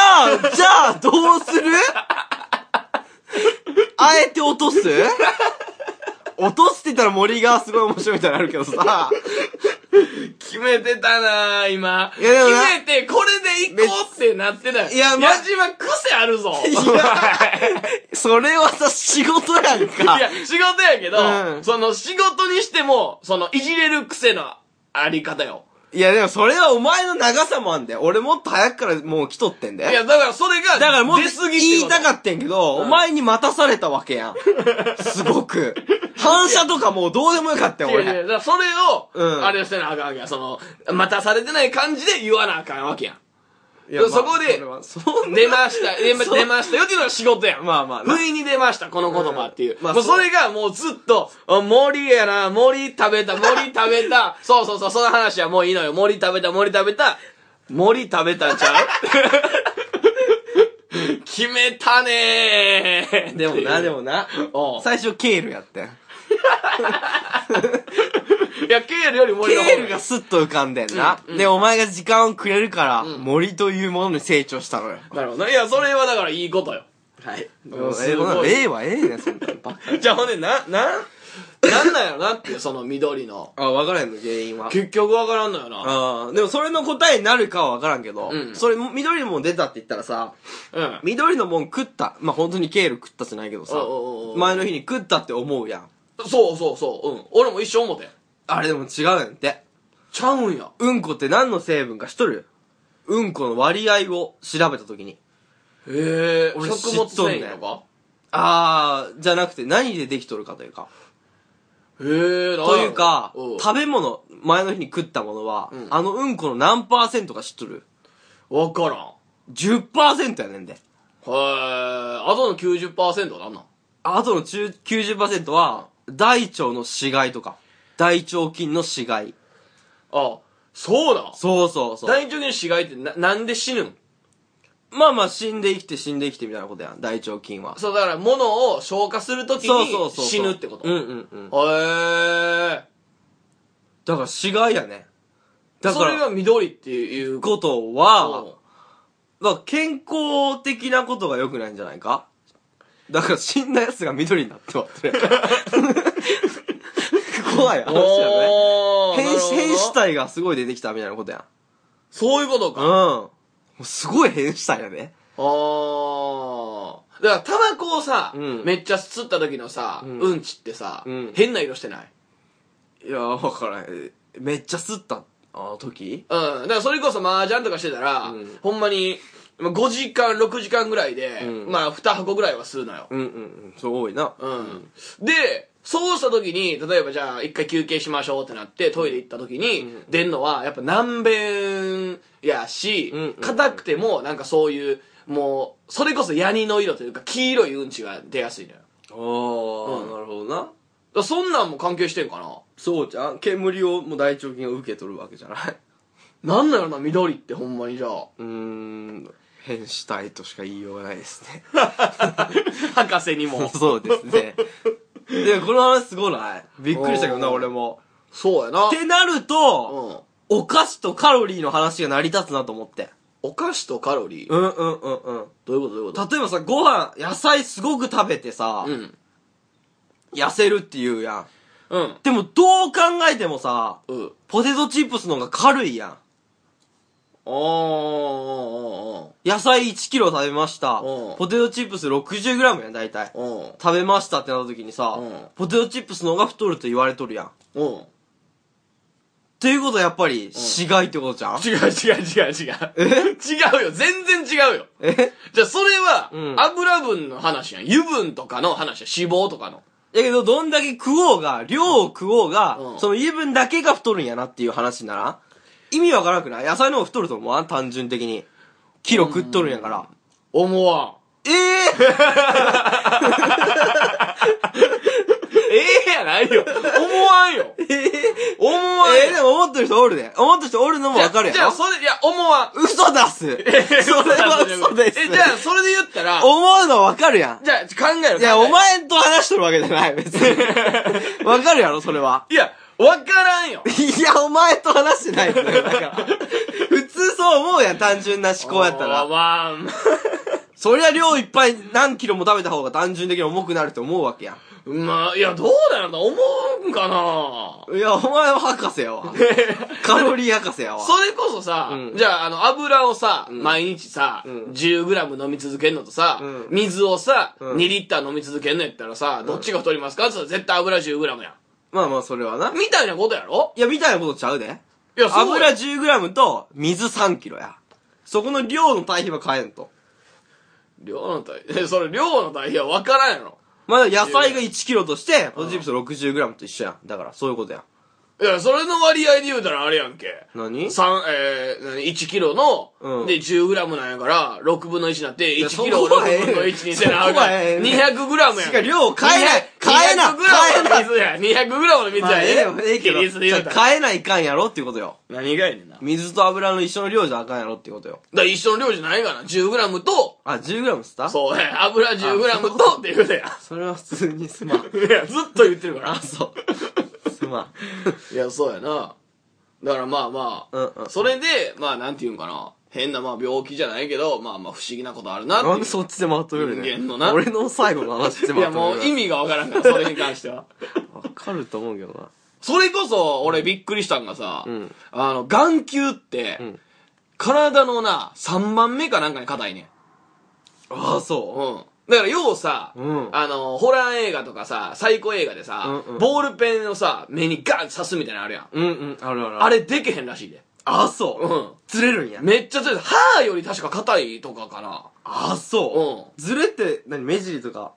あ、じゃあ、どうするあえて落とす落とすって言ったら森がすごい面白いみたいになるけどさ、決めてたな、今。いやでもな決めて、これで行こうってなってたよ。いやま矢島癖あるぞ。 いそれはさ、仕事やんか。や、仕事やけど、うんその仕事にしても、その、いじれる癖のあり方よ。いや、でもそれはお前の長さもあんだよ。俺もっと早くからもう来とってんだいよ。や、だからそれが、だからもう出過ぎ言いたかっってんけど、うんお前に待たされたわけやん。すごく。反射とかもうどうでもよかったよ、いやいや、俺。だからそれを、うんあれしてなあかんわけや。その、待たされてない感じで言わなあかんわけやん。いやまあそこでれはそんな出ました、出 まそう出ましたよっていうのが仕事やん。まあまあな不意に出ました、この言葉っていう。うんまあもうそそうれがもうずっと、あ森やな、森食べた、森食 べた。そうそうそう、その話はもういいのよ。森食べた、森食べた。森食べたん ちゃう決めたねー。でもな、でも。もなおう。最初ケールやってん。いや、ケールより森ケの方ールがスッと浮かんでんな。で、お前が時間をくれるから、ん森というものに成長したのよ。なるほどね。いや、それはだからいいことよ。はい。うんすえごいええわ、ええねん、そんなのばっかりじゃあほんで、な、な、なんなんやろなって、その緑の。あ、わからへんの、原因は。結局わからんのよな。あーでもそれの答えになるかはわからんけど、うんそれ、緑のもん出たって言ったらさ、うん。緑のもん食った。まあ、本当にケール食ったじゃないけどさおうおうおう、前の日に食ったって思うやん。そうそうそう。うん。俺も一生思てん。あれでも違うんって。ちゃうんや。うんこって何の成分かしとるうんこの割合を調べたときに。へえ。俺食物繊知っと維んとかあー、じゃなくて何でできとるかというか。へえ、なんやろというか、ん食べ物、前の日に食ったものは、うんあのうんこの何パーセントか知っとるわからん。 ?10% やねんで。へえ。あとの90%なんなんあとの10 90%は、大腸の死骸とか。大腸菌の死骸。あ、そうだ。そうそうそう。大腸菌の死骸ってな、なんで死ぬんまあまあ、死んで生きて死んで生きてみたいなことやん。大腸菌は。そう、だから物を消化するときそうそうにそうそう。死ぬってこと。うんへうんうん。え。だから死骸やね。だそかれがら、緑っていうこことはと、。だから健康的なことが良くないんじゃないかだから死んだやつが緑になってわってるやん 怖い話やね。おー変なるほ死、ど変死体がすごい出てきたみたいなことやん。そういうことうかん。。もうすごい変死体やね。ああ。だから、タバコをさ、うんめっちゃ吸った時のさ、うんん、ちってさ、うん変な色してないいやー、わからへん。めっちゃ吸った、あの時うん。だから、それこそ麻雀とかしてたら、うんほんまに、まあ5時間、6時間ぐらいで、うんまあ、2箱ぐらいは吸うのよ。うんうんうん。すごいな。うん。で、そうした時に、例えばじゃあ、一回休憩しましょうってなって、トイレ行った時に、うん出んのは、やっぱ南弁やしうんうんうん、硬、くても、なんかそういう、もう、それこそヤニの色というか、黄色いうんちが出やすいのよ。だかあー、うんなるほどな。らそんなんも関係してんかなそうじゃん煙をもう大腸菌が受け取るわけじゃないなんだろうな、緑ってほんまにじ ゃあ。うーん変死体としか言いようがないですね博士に も。そうですねでもこの話すごないびっくりしたけどなおー俺もそうやな。っうてなると、ん。お菓子とカロリーの話が成り立つなと思ってお菓子とカロリー。うんうんうんうんどういうことどういうこと例えばさご飯野菜すごく食べてさ、うん。痩せるっていうやんうん。でもどう考えてもさうん。ポテトチップスの方が軽いやあーん野菜1キロ食べましたうんポテトチップス 60g やん大体あーあーあー食べましたってなった時にさ、うんポテトチップスの方が太ると言われとるやん。っうん。うん。ていうことはやっぱり、死骸ってことじゃん、違う違う違う違う。え違うよ。全然違うよ。えじゃあ、それは、うん油分の話やん。油分とかの話やん。脂肪とかの。だけど、どんだけ食おうが、量を食おうが、うんその油分だけが太るんやなっていう話にならん意味わからなくない野菜の方が太ると思わん単純的に。キロ食っとるんやから。思わん。ええー、えええやないよ。思わんよ。え思わんえでよ。も思ってる人おるで。思ってる人おるのもわかるやじゃあ、ろじゃあそれ、いや、思わん。嘘出す。それは嘘です。え、じゃあ、それで言ったら、思うのわかるやん。じゃあ、考えろ。いや、考えおろ。前と話してるわけじゃない、別 に。わかるやろ、それは。いや、わからんよ。いや、お前と話してないんだよ、だ から。普通そう思うやん、単純な思考やったあーら。まあ、そりゃ量いっぱい何キロも食べた方が単純的に重くなると思うわけや まあ、いや、どうだろうな、思うん かなん。いや、お前は博士や わ。カロリー博士やわ。それこそさ、うんじゃあ、あの、油をさ、ん毎日さ、うん 10g 飲み続けんのとさ、うん水をさ、うん2リッター飲み続けんのやったらさ、どっちが太りますかって言ったら絶対油 10g やまあまあ、それはな。ん。みたいなことやろいや、みたいなことちゃうで。いや、そう油や。 10g と水 3kg や。そこの量の対比は変えんと。量の対、 えそれ量の対比は分からんやろ。まあ、野菜が 1kg として、ポジティブス 60g と一緒やん。だから、そういうことやん。いや、それの割合で言うたらあれやんけ。何三えー、何 ?1 キロの、うんで、10グラムなんやから、6分の1になって、1やキロをそこはええ6分の1にせなあそこかんはええ。 200グラムやん。しか量を変えない変えな200グラムの変え水や。200グラムの水まあ、や。ええよ、ええけど。比率で言うたら。変えないかんやろっていうことよ。何がやねんな。だか水と油の一緒の量じゃあかんやろっていうことよ。ら一緒の量じゃないから、10グラムと、あ、10g っつったそうね、油10グラムとって言うたやん。それは普通にすまん。いや、ずっと言ってるからあ、。そう。すまん。いや、そうやな。だからまあまあ、うんうんそれで、まあなんていうんかな。変なまあ病気じゃないけど、まあまあ不思議なことあるなっ ていなうんでそっちでまとめるね人間のな俺の最後の話でいまやとめもるうな。意味がわからんから、それに関しては。わかると思うけどな。それこそ、俺びっくりしたんがさ、うんあの、眼球って、ん体のな、3番目かなんかに硬いねん。ああ、そうん。だから、要さ、うんあの、ホラー映画とかさ、サイコ映画でさ、うんうんボールペンをさ、目にガンって刺すみたいなのあるやん。う。うんうん、あるあるあある。れでけへんらしいで。ああ、そうう。ん。ずれるんや。めっちゃ強い。歯より確か硬いとかかな。ああ、そうう。ずれって、何目尻とか、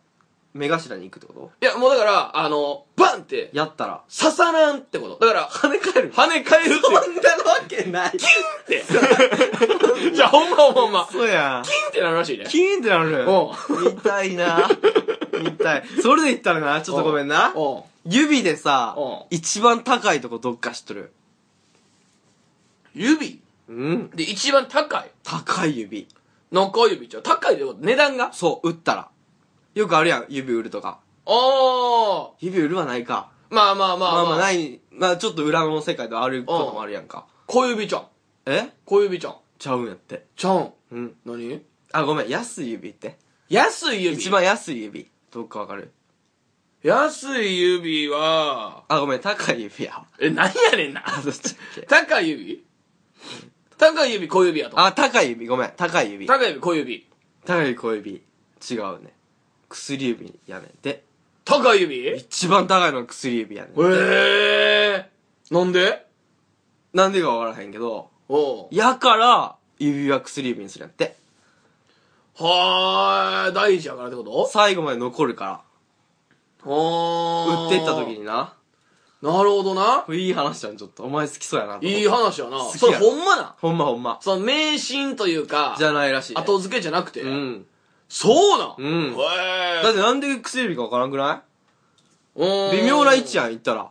目頭に行くってこといや、もうだから、あの、バンって、やったら。刺さらんってこと。だから、跳ね返る跳ね返るそんなわけない。って。 って。じゃあ、ほんまほんま。そうやん。キンってなるらしいね。キーンってなる。おう痛いな。痛い。それで言ったらな、ちょっとごめんな。おう指でさおう、一番高いとこどっか知っとる。指うん。で、一番高い。高い指。中指ちゃう。高いってこと値段がそう、打ったら。よくあるやん、指売るとか。あ指売るはないか。ー。まあまあまあ。まあまあないい、まあちょっと裏の世界ではあることもあるやんか。小指ちゃん。え小指ちゃん。ちゃうんやって。ちゃうん。うん。何あ、ごめん、安い指って。安い指。一。番安い指。どっかわかる安い指は、あ、ごめん、高い指やわ。 え、何やねんな。あ、どっちだっけ高い指高い指、小指やと。あ、高い指、ごめん、高い指。高い指、小指。高い小指。違うね。薬指やねんて。高い指え一番高いのは薬指やねん。えー。なんでなんでかわからへんけど、おうやから、指は薬指にするんやって。はーい、大事やからってこと最後まで残るかはら。ー売ってった時にな。なるほどな。これいい話じゃん、ちょっと。お前好きそうやなと思って。いい話やな。好きそれやなほんまな。ほんまほんま。その迷信というかじ、ゃないらしい、ね。後付けじゃなくて。うん。そうなんうんへーだってなんで薬指かわからんくなうーんい微妙な位置やん、言ったら。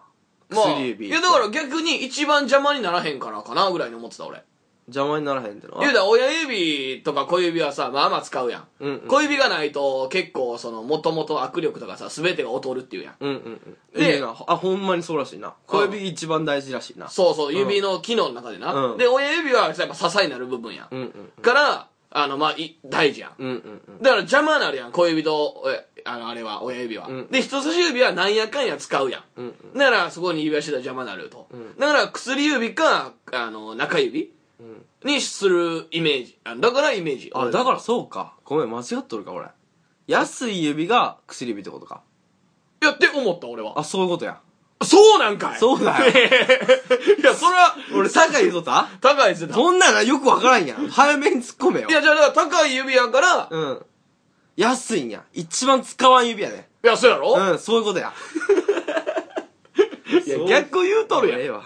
まあ、薬指。いやだから逆に一番邪魔にならへんからかなぐらいに思ってた俺。邪魔にならへんってのは言うたら親指とか小指はさ、まあまあ使うやん。うんうん小指がないと結構その元々握力とかさ、全てが劣るっていうやん。うんうんうん。でいいな。あ、ほんまにそうらしいな。小指一番大事らしいな。そうそう、指の機能の中でな。うんで、親指はやっぱ支えになる部分やん。うんうん。から、あの、まあ、い大事やん。うんうんうん。だから邪魔になるやん、小指と、えあの、あれは、親指は。うんで、人差し指はなんやかんや使うやん。うんうん。だから、そこに指輪してたら邪魔になると。んだから、薬指か、あの、中指うんにするイメージ。あだからイメージ。あ、だからそうか。ごめん、間違っとるか、俺。安い指が薬指ってことか。いや、って思った、俺は。あ、そういうことや。そうなんかいそうだよいや、それは、俺、高い言うとった高いですよ。そんなのよくわからんやん。早めに突っ込めよい。や、じゃあ、だから高い指やから、うん。安いんや。一番使わん指やね。いや、そうやろ、うん、そういうことや。いや、逆言うとるやん。ええわ。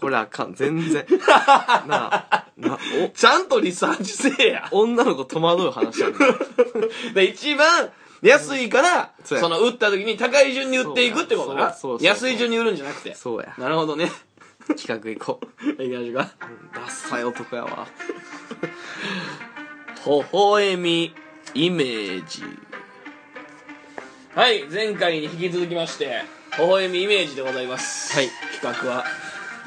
これあかん、全 然。なあ、な、ちゃんとリサーチせえや。お、女の子戸惑う話やね。で一番安いから、そうやその売った時に高い順に売っていくってことそうなやそうそう。そう安い順に売るんじゃなくて。そうやなるほどね。企画行こう いきましょうか。ダッサい男やわ微笑みイメージはい前回に引き続きまして微笑みイメージでございますはい企画は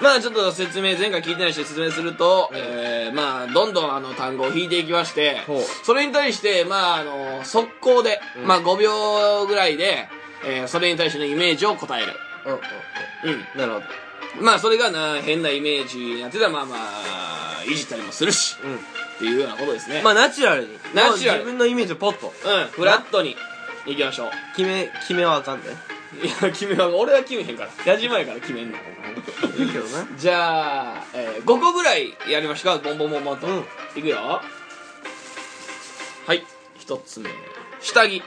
まあちょっと説明前回聞いてない人に説明すると、えー、まあどんどんあの単語を引いていきましてほうそれに対してまああの速攻で、うんまあ5秒ぐらいで、えーそれに対してのイメージを答えるうんうんうなるほどんまあそれがな変なイメージになってたらまあまあいじったりもするしうっていうようなことですねんまあナチュラルにナチュラもう自ル分のイメージをポッとうん、フラットに行きましょう。決め決めはあかんで、ね、いや、決めは、俺は決めへんから。矢島やから決めんの。いいけどなじゃあ、えー、5個ぐらいやりましょうか。ボンボンボンボンと。うんいくよ。はい、一つ目。下着、つ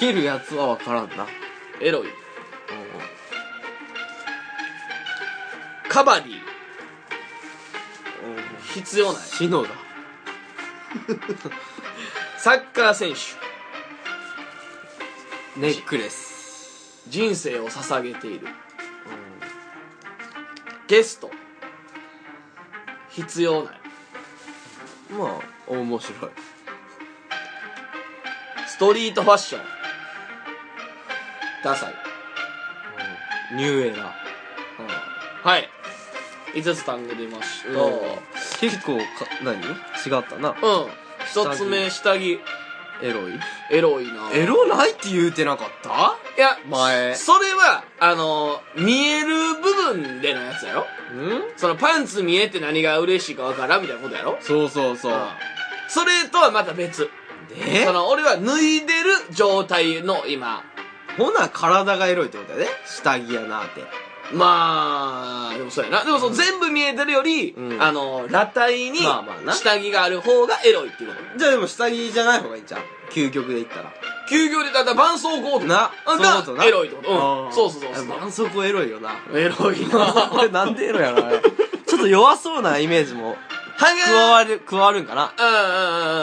けるやつはわからんなエロい、カバディ、必要ない。シノだサッカー選手、ネックレス人生を捧げている。ゲスト、必要ない。まあ面白いストリートファッション、ダサい。ニューエラはい。5つ単語出ました。うん結構か何違ったなうん。一つ目、下着。エロいエロいな。エロないって言うてなかったいや、前それは、あの、見える部分でのやつやろうんそのパンツ見えて何が嬉しいかわからんみたいなことやろそうそうそうそれとはまた別。でその、俺は脱いでる状態の今。ほな体がエロいってことやね下着やなってまあ、でもそうやな。でもそう、全部見えてるより、うんあの、裸体にまあまあな下着がある方がエロいっていうこと。じゃあでも下着じゃない方がいいじゃん究極で言ったら休業でだったら絆創膏とかなそういあうことなエロいってことうんあーそうそうそうそうやっぱ絆創膏エロいよなエロい これなんでエロやろあれちょっと弱そうなイメージもは加わる加わるんかなうんう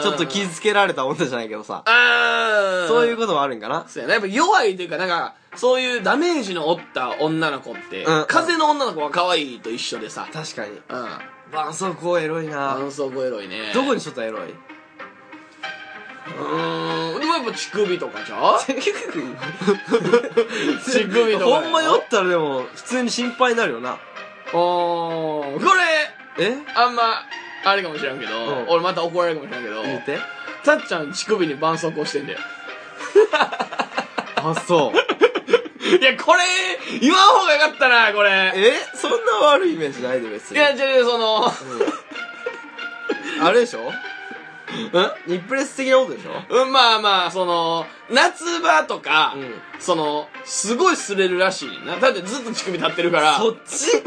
んうんちょっと傷つけられた女じゃないけどさあーそういうこともあるんかなそうやなやっぱ弱いというかなんかそういうダメージの負った女の子って、うん風の女の子は可愛いと一緒でさ確かにうん絆創膏エロいな絆創膏エロいねどこににしとったらエロいうーんでもやっぱ乳首とかじゃう乳首とかほんまよ酔ったらでも普通に心配になるよなおーこれえあんまあれかもしれんけど、うん俺また怒られるかもしれんけど言ってたっちゃん乳首に絆創膏してんだよあそういや、これ、言わん方がよかったな、これ。えそんな悪いイメージないで別いにや、違う違う、その、うんあれでしょニップレス的なことでしょうん、まあまあ、その、夏場とか、うんその、すごい擦れるらしいねんな。だってずっと乳首立ってるから、そっちス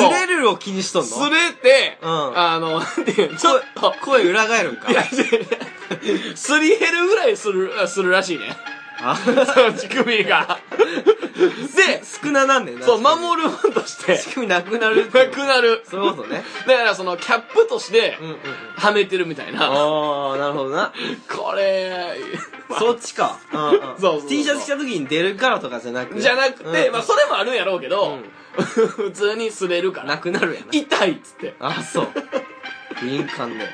レるを気にしとんの擦れて、うんあの、なんていうのちょっと、声裏返るんかいや、違う違うすり減るぐらいする、するらしい ねん。あその乳首が。で、少ななんねんなそう、守るもんとして、乳首なくなるっていなうくなる。そういうことねだから、その、キャップとしてうん、うんうんはめてるみたいな。ああなるほどなこれ、そっちかうんうんそうそうそう T シャツ着た時に出るからとかじゃなくじゃなくて、うんまあそれもあるんやろうけうど、ん 普通に擦れるから。なくなるやな痛いっつって。あそう敏感ね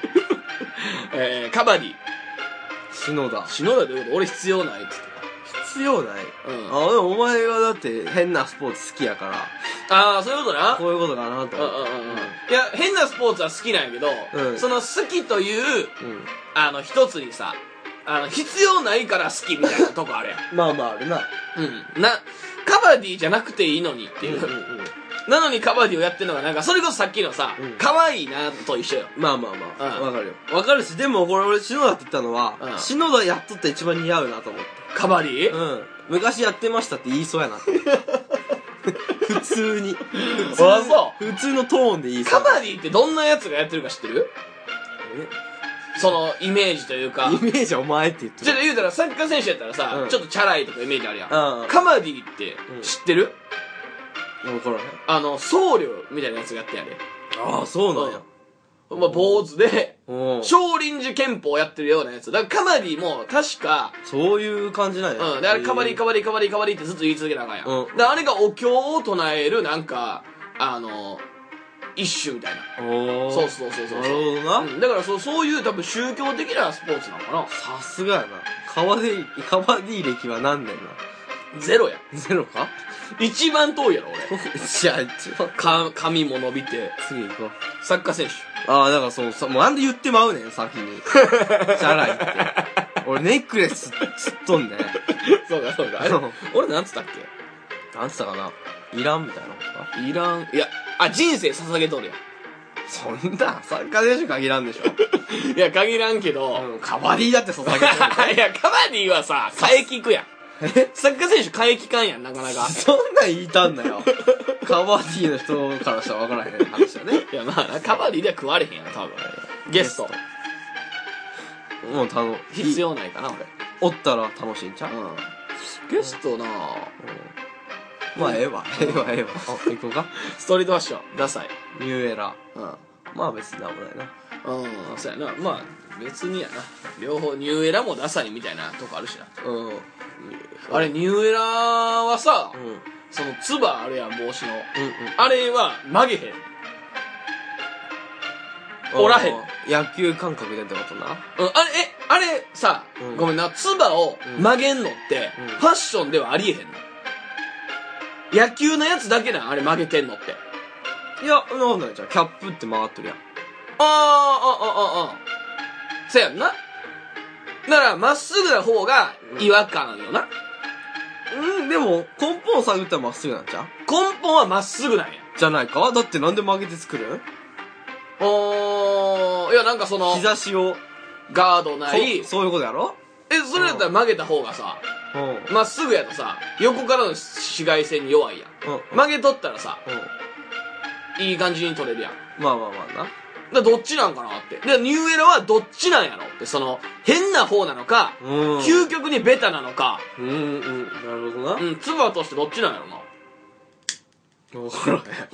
えー、カバディ。篠田篠田どういうこと俺必要ないっつって。必要ないうんあでもお前がだって変なスポーツ好きやからああ、そういうことな。こういうことかなとうん思っうんてうんうん。いや、変なスポーツは好きなんやけど、うんその好きという、うんあの、一つにさ、あの、必要ないから好きみたいなとこあるやん。まあまああるな うん。な、カバディじゃなくていいのにっていう。なのにカバディをやってるのがなんか、それこそさっきのさうん、可愛、いなと一緒よ。まあまあまあうんわかるよわかるしでもこれ俺篠田って言ったのうはん篠田やっとった一番似合うなと思ってカバディ、うん昔やってましたって言いそうやなって 普通に普あそ普通のトーンで言いそカうやバディってどんなやつがやってるか知ってるそのイメージというかえ。イメージはお前って言ってちょっとる言うたらサッカー選手やったらさ、うんちょっとチャラいとかイメージあるやん。うんカマディって知ってる、分からへんあの、僧侶みたいなやつがやってやれ。ああそうなんやまあ、坊主で、うん少林寺拳法をやってるようなやつ。だから、カマリも、確か、そういう感じなんやうん。で、あれ、カバリへカバリカバリカバリってずっと言い続けなあかんや、うんで、あれがお経を唱える、なんか、あの、一種みたいな。えおーそうそうそうそう。なるほどな、うんだからそう、そういう多分宗教的なスポーツなのかな。さすがやなカバディカバディ歴は何年ゼロや。なゼロか一番遠いやろ、俺。 じゃあ一番か、髪も伸びて、次行こうサッカー選手。 ああだからそうさもうなんで言ってまうねん先にチャラいって俺ネックレスつっとんねんそうか、そうか。あれうん俺なんつったっなんつったかないらんみたいなことかけいらん。いや、あ、人生捧げとるやそんなサッカー選手限らんでしょん。い や、限らんけど。カバディだって捧げ いや、カバディはさ、替え効くやん。てるサッカー選手替え効かんやん、なかな か。そんなん言いたんだよカバディの人からしたら分からへん話だねいや、まあな、カバディでは食われへんやろ、多分。ゲスト。もうたの必要ないかな、俺。おったら楽しいんちゃう、うん。ゲストなまあええわええわええわあ行こうかストリートファッション、ダサい。ニューエラうん。ーまあ別になんもないなうん、そうやな。まあ、別にやな。両方、ニューエラもダサいみたいなとこあるしな。うんうんあれ、ニューエラはさ、その、ツバあるやん、帽子の。あれは、曲げへん。おらへん野球感覚でってことなうん、あれ、え、あれさ、うんごめんな、ツバをうん曲げんのって、うんファッションではありえへんの。野球のやつだけなん、あれ曲げてんのって。いやそんなことないじゃんキャップって回ってるやんああ、ああ、ああ、ああ。せやんな。なら、まっすぐな方が違和感あるよな。うんでも根本を探ったらまっすぐなんちゃう根本はまっすぐなんや。じゃないかだってなんで曲げて作るおー、いや、なんかその、膝しをガードない。えそ、そういうことやろ、それだったら曲げた方がさ、うんうんまっすぐやとさ、横からの紫外線に弱いやん。曲げとったらさ、うんいい感じに取れるやん。まあまあまあなだからどっちなんかなって。で、ニューエラはどっちなんやろって、その、変な方なのか、うん究極にベタなのか、うんうんなるほどなうん、ツバとしてどっちなんやろな。分からへん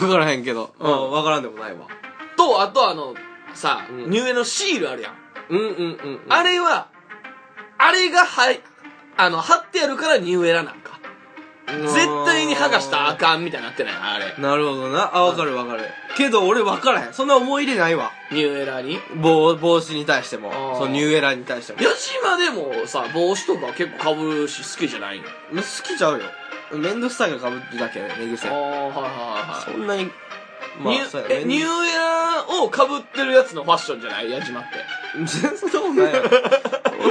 分からへんけど、うんうん、分からんでもないわと、あとあの、さ、うんニューエラのシールあるやん。うんうんうん、ああれれは、あれがはい、あの、貼ってあるからニューエラなんか。絶絶対対にに剥剥ががししたらたあ赤かんみたいになってないあれ。なるほどなあ分かる分かるけど俺分からへんそんな思い入れないわニューエラに。帽帽子に対してもあーそのニューエラーに対しても矢島でもさ、帽子とか結構被るし好きじゃないの。好きちゃうよめんどくさいがかぶってるだけやね寝癖ああ、はいはいそんなにまニあそうュやえねニューエラを被ってるやつのファッションじゃない矢島って。全 然そんなことないよ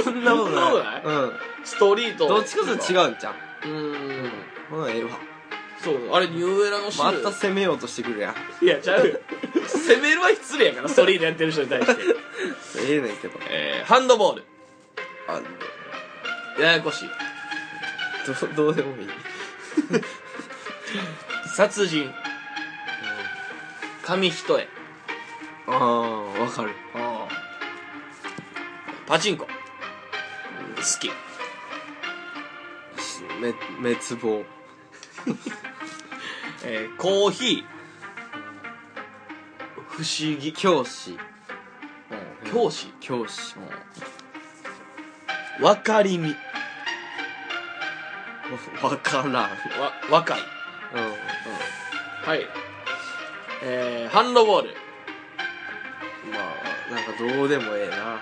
そんなことないそんなことないうんストリート。どっちかというと違う。うんじゃんうーん。ほなええわそう、あれニューエラのシまール。た攻めようとしてくるやんいや、ちゃうよ。攻めるは失礼やから、ストリートやってる人に対して。ええねんけど えー、ハンドボール。あややこしい。どどうでもいい殺人。紙一重。ああわかるパチンコ。好き。め滅亡えーコーヒー。不思議。教師教師。教師わかりみ。わわからんわ、若い。うはい。えー、ハンドボール。んまあなんかどうでもええな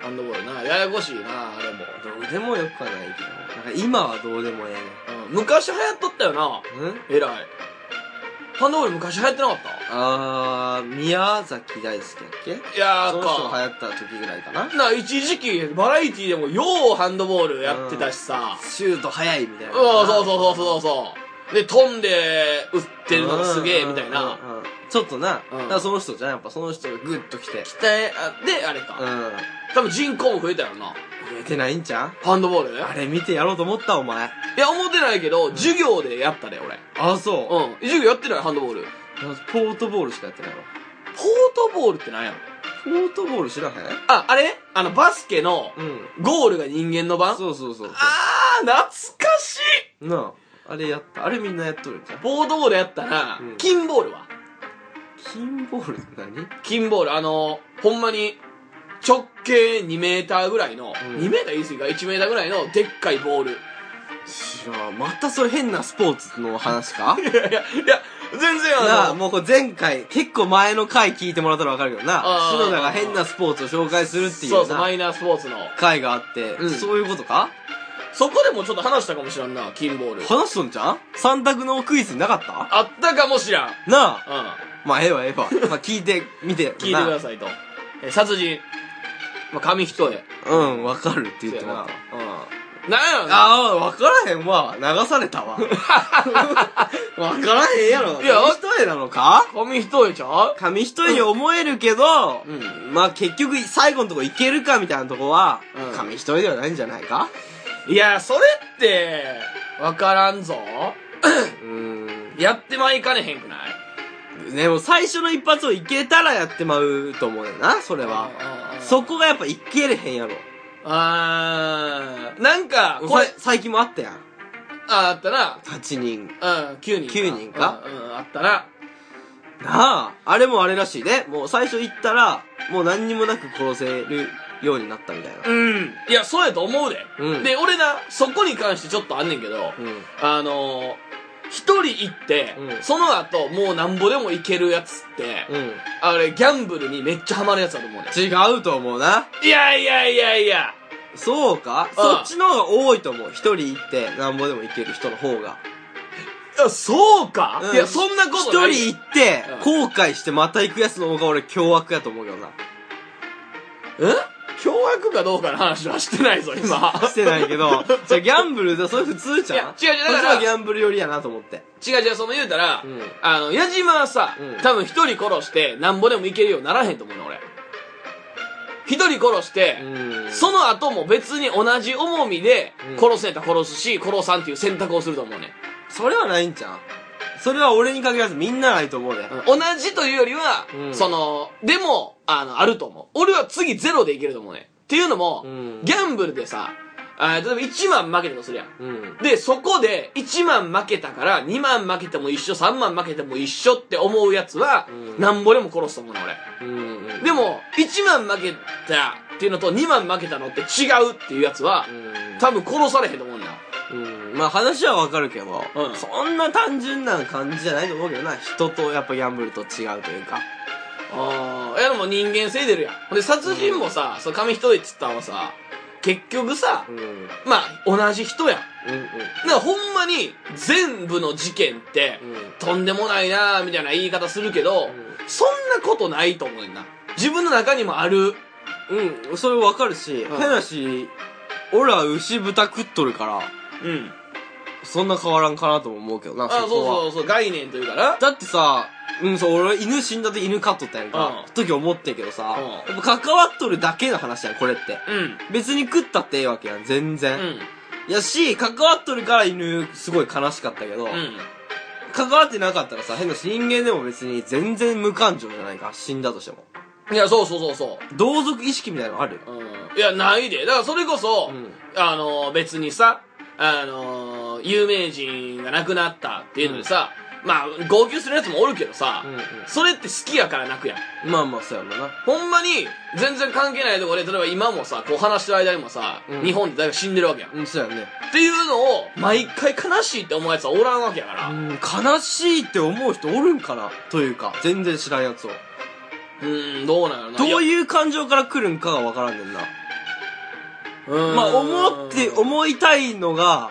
ハンドボールな。ややこしいな、あれも。どうでもよくはないけどなんか今はどうでもええねうん、昔流行っとったよな。んうんえらい。ハンドボール昔流行ってなかっあー宮崎大輔やっけたいやそーの人がか。流行った時ぐらいかなな、一時期、バラエティでもようハンドボールやってたしさ。シュート早いみたいなうん、そうそうそうそうそう。で、飛んで、打ってるのがすげえ、みたいな。うんうんうんちょっとな、うんだからその人じゃんやっぱその人がグッときて期待、あで、あれうか。ん多分人口も増えたよな。増えてないんちゃうハンドボールあれ見てやろうと思ったお前いや、思ってないけど、授業でやったで、俺。あそううん。授業やってない、ハンドボール。ポートボールしかやってないやろポートボールって何やろポートボール知らへんあ、あれあの、バスケの、うんゴールが人間の番そうそうそうそうあー、懐かしいなああれやったあれみんなやっとるんじゃんボードボールやったらうん、金ボールは金ボールって何金ボールあのほんまに直径2メーターぐらいの、ん2メーター言い過ぎか1メーターぐらいのでっかいボール知らん。またそれ変なスポーツの話かいやいやいや全然なああ、のもうこれ前回、結構前の回聞いてもらったらわかるけどなあ、ー篠田が変なスポーツを紹介するっていそううそうなマイナースポーツの回があって、うんそういうことかそこでもちょっと話したかもしらんな金ボール話しとんじゃん三択のクイズなかったあったかもしらん、うん、なあ、まあええわええわ。まあ聞いてみて。 聞いてくださいとえ殺人、まあ、紙一重なうん、わかるって言ってもらった。そうやなうんなんやろなああ、わからへんわ。流された わ。わからへんやろ。いや紙一重なのか紙一重ちゃう紙一重に思えるけど、うまあ結局最後のとこいけるかみたいなとこは、うん紙一重ではないんじゃないかいやそれってわからんぞうん。やってまいかねへんくないでも最初の一発をいけたらやってまうと思うよな、それは。そこがやっぱいけれへんやろ。あーなんかここれれ、最近もあったやん。ああったな8人。うん9人九人かうん、うんあったななあ、あれもあれらしいね。もう最初行ったら、もう何にもなく殺せるようになったみたいな。うんいやそうやと思うで、うんで俺なそこに関してちょっとあんねんけど、うん。あのー一人行って、うんその後、もうなんぼでも行けるやつって、うん。あれ、ギャンブルにめっちゃハマるやつだと思うね違うと思うな。ん。いやいやいやいや。そうかうんそっちの方が多いと思う。一人行ってなんぼでも行ける人の方が。いや、そうか、うんいや、そんなことない。一人行ってう後ん、悔してまた行くやつの方が俺凶悪やと思うけど な。え凶悪かどうかの話はしてないぞ、今。してないけど、じゃあギャンブルでそれ普通じゃんいや違う違うこだっちからはギャンブル寄りやなと思って。 違う違う、その言うたら、うんあの、矢島はさ、うん多分一人殺して、なんぼでもいけるようにならへんと思うの、俺。一人殺して、うんその後も別に同じ重みでう、ん殺せんやったら殺すし、殺さんっていう選択をすると思うね。それはないんじゃんそれは俺に限らずみんなないと思うで。同じというよりは、うんその、でも、あの、あると思う。俺は次ゼロでいけると思うね。っていうのも、うんギャンブルでさ、あー例えば1万負けたとするやん。うん。で、そこで、1万負けたから、2万負けても一緒、3万負けても一緒って思うやつは、うんなんぼでも殺すと思うの、俺。うん。でも、1万負けたっていうのと、2万負けたのって違うっていうやつは、多分殺されへんと思うんだ。うん、まあ話はわかるけど、うんそんな単純な感じじゃないと思うけどな人とやっぱギャンブルと違うというかああ、いやでも人間性出るやん。ほんで、殺人もさ、そう紙一重って言ったのはさ、結局さ、うんうんまあ、同じ人やん。だからほんまに、全部の事件って、とんでもないなーみたいな言い方するけど、んそんなことないと思うねんな。自分の中にもある。うん、うん、それわかるし、うん変なし俺は牛豚食っとるからうん。そんな変わらんかなとも思うけどなあそうこはそうそう、概念というかな。だってさうん、そう、俺、犬死んだって犬飼っとったやんか。う時思ってんけどさ、うやっぱ関わっとるだけの話やん、これって。うん。別に食ったってええわけやん、全う然。ん。やし、関わっとるから犬、すごい悲しかったけど、うん。関わってなかったらさ、変な人間でも別に全然無感情じゃないか。死んだとしても。いや、そうそうそうそ同族意識みたいなのあるう。うん。いや、ないで。だからそれこそ、うんあのー、別にさ、あのー、有名人が亡くなったっていうのでさ、まあ、号泣するやつもおるけどさ、うんうんそれって好きやから泣くやん。まあまあ、そうやろな。ほんまに、全然関係ないとこで、例えば今もさ、こう話してる間にもさ、うん日本で誰か死んでるわけやん。うん、そうやね。っていうのを、毎回悲しいって思うやつはおらんわけやから。う、うん悲しいって思う人おるんかなというか、全然知らんやつを。ーん、どうなのなどうういう感情から来るんかがわからんねんな。うんまあ、思って、思いたいのが、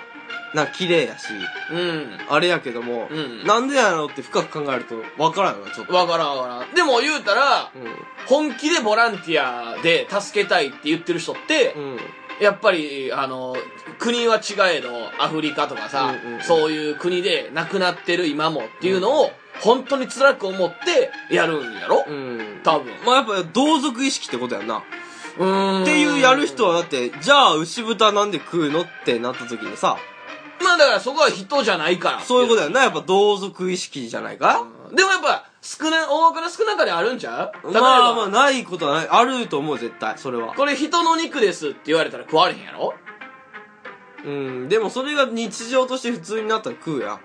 なんか綺麗やし、うん。あれやけども、うんなんでやろうって深く考えるとわからんよな、ちょっと。わからんわからん。でも言うたらう、ん。本気でボランティアで助けたいって言ってる人って、うん。やっぱり、あの、国は違えど、アフリカとかさ、うんうんうんそういう国で亡くなってる今もっていうのを、本当に辛く思ってやるんやろ、うん。多分。まあやっぱ同族意識ってことやんな。うーんっていうやる人はだって、じゃあ牛豚なんで食うのってなった時にさ、まあだからそこは人じゃないから。そういうことや。やんな、やっぱ同族意識じゃないかでもやっぱ、少な、大から少なかであるんちゃまうあ例えば、まあ、ないことはない、あると思う、絶対、それは。これ人の肉ですって言われたら食われへんやろうん、でもそれが日常として普通になったら食うやん。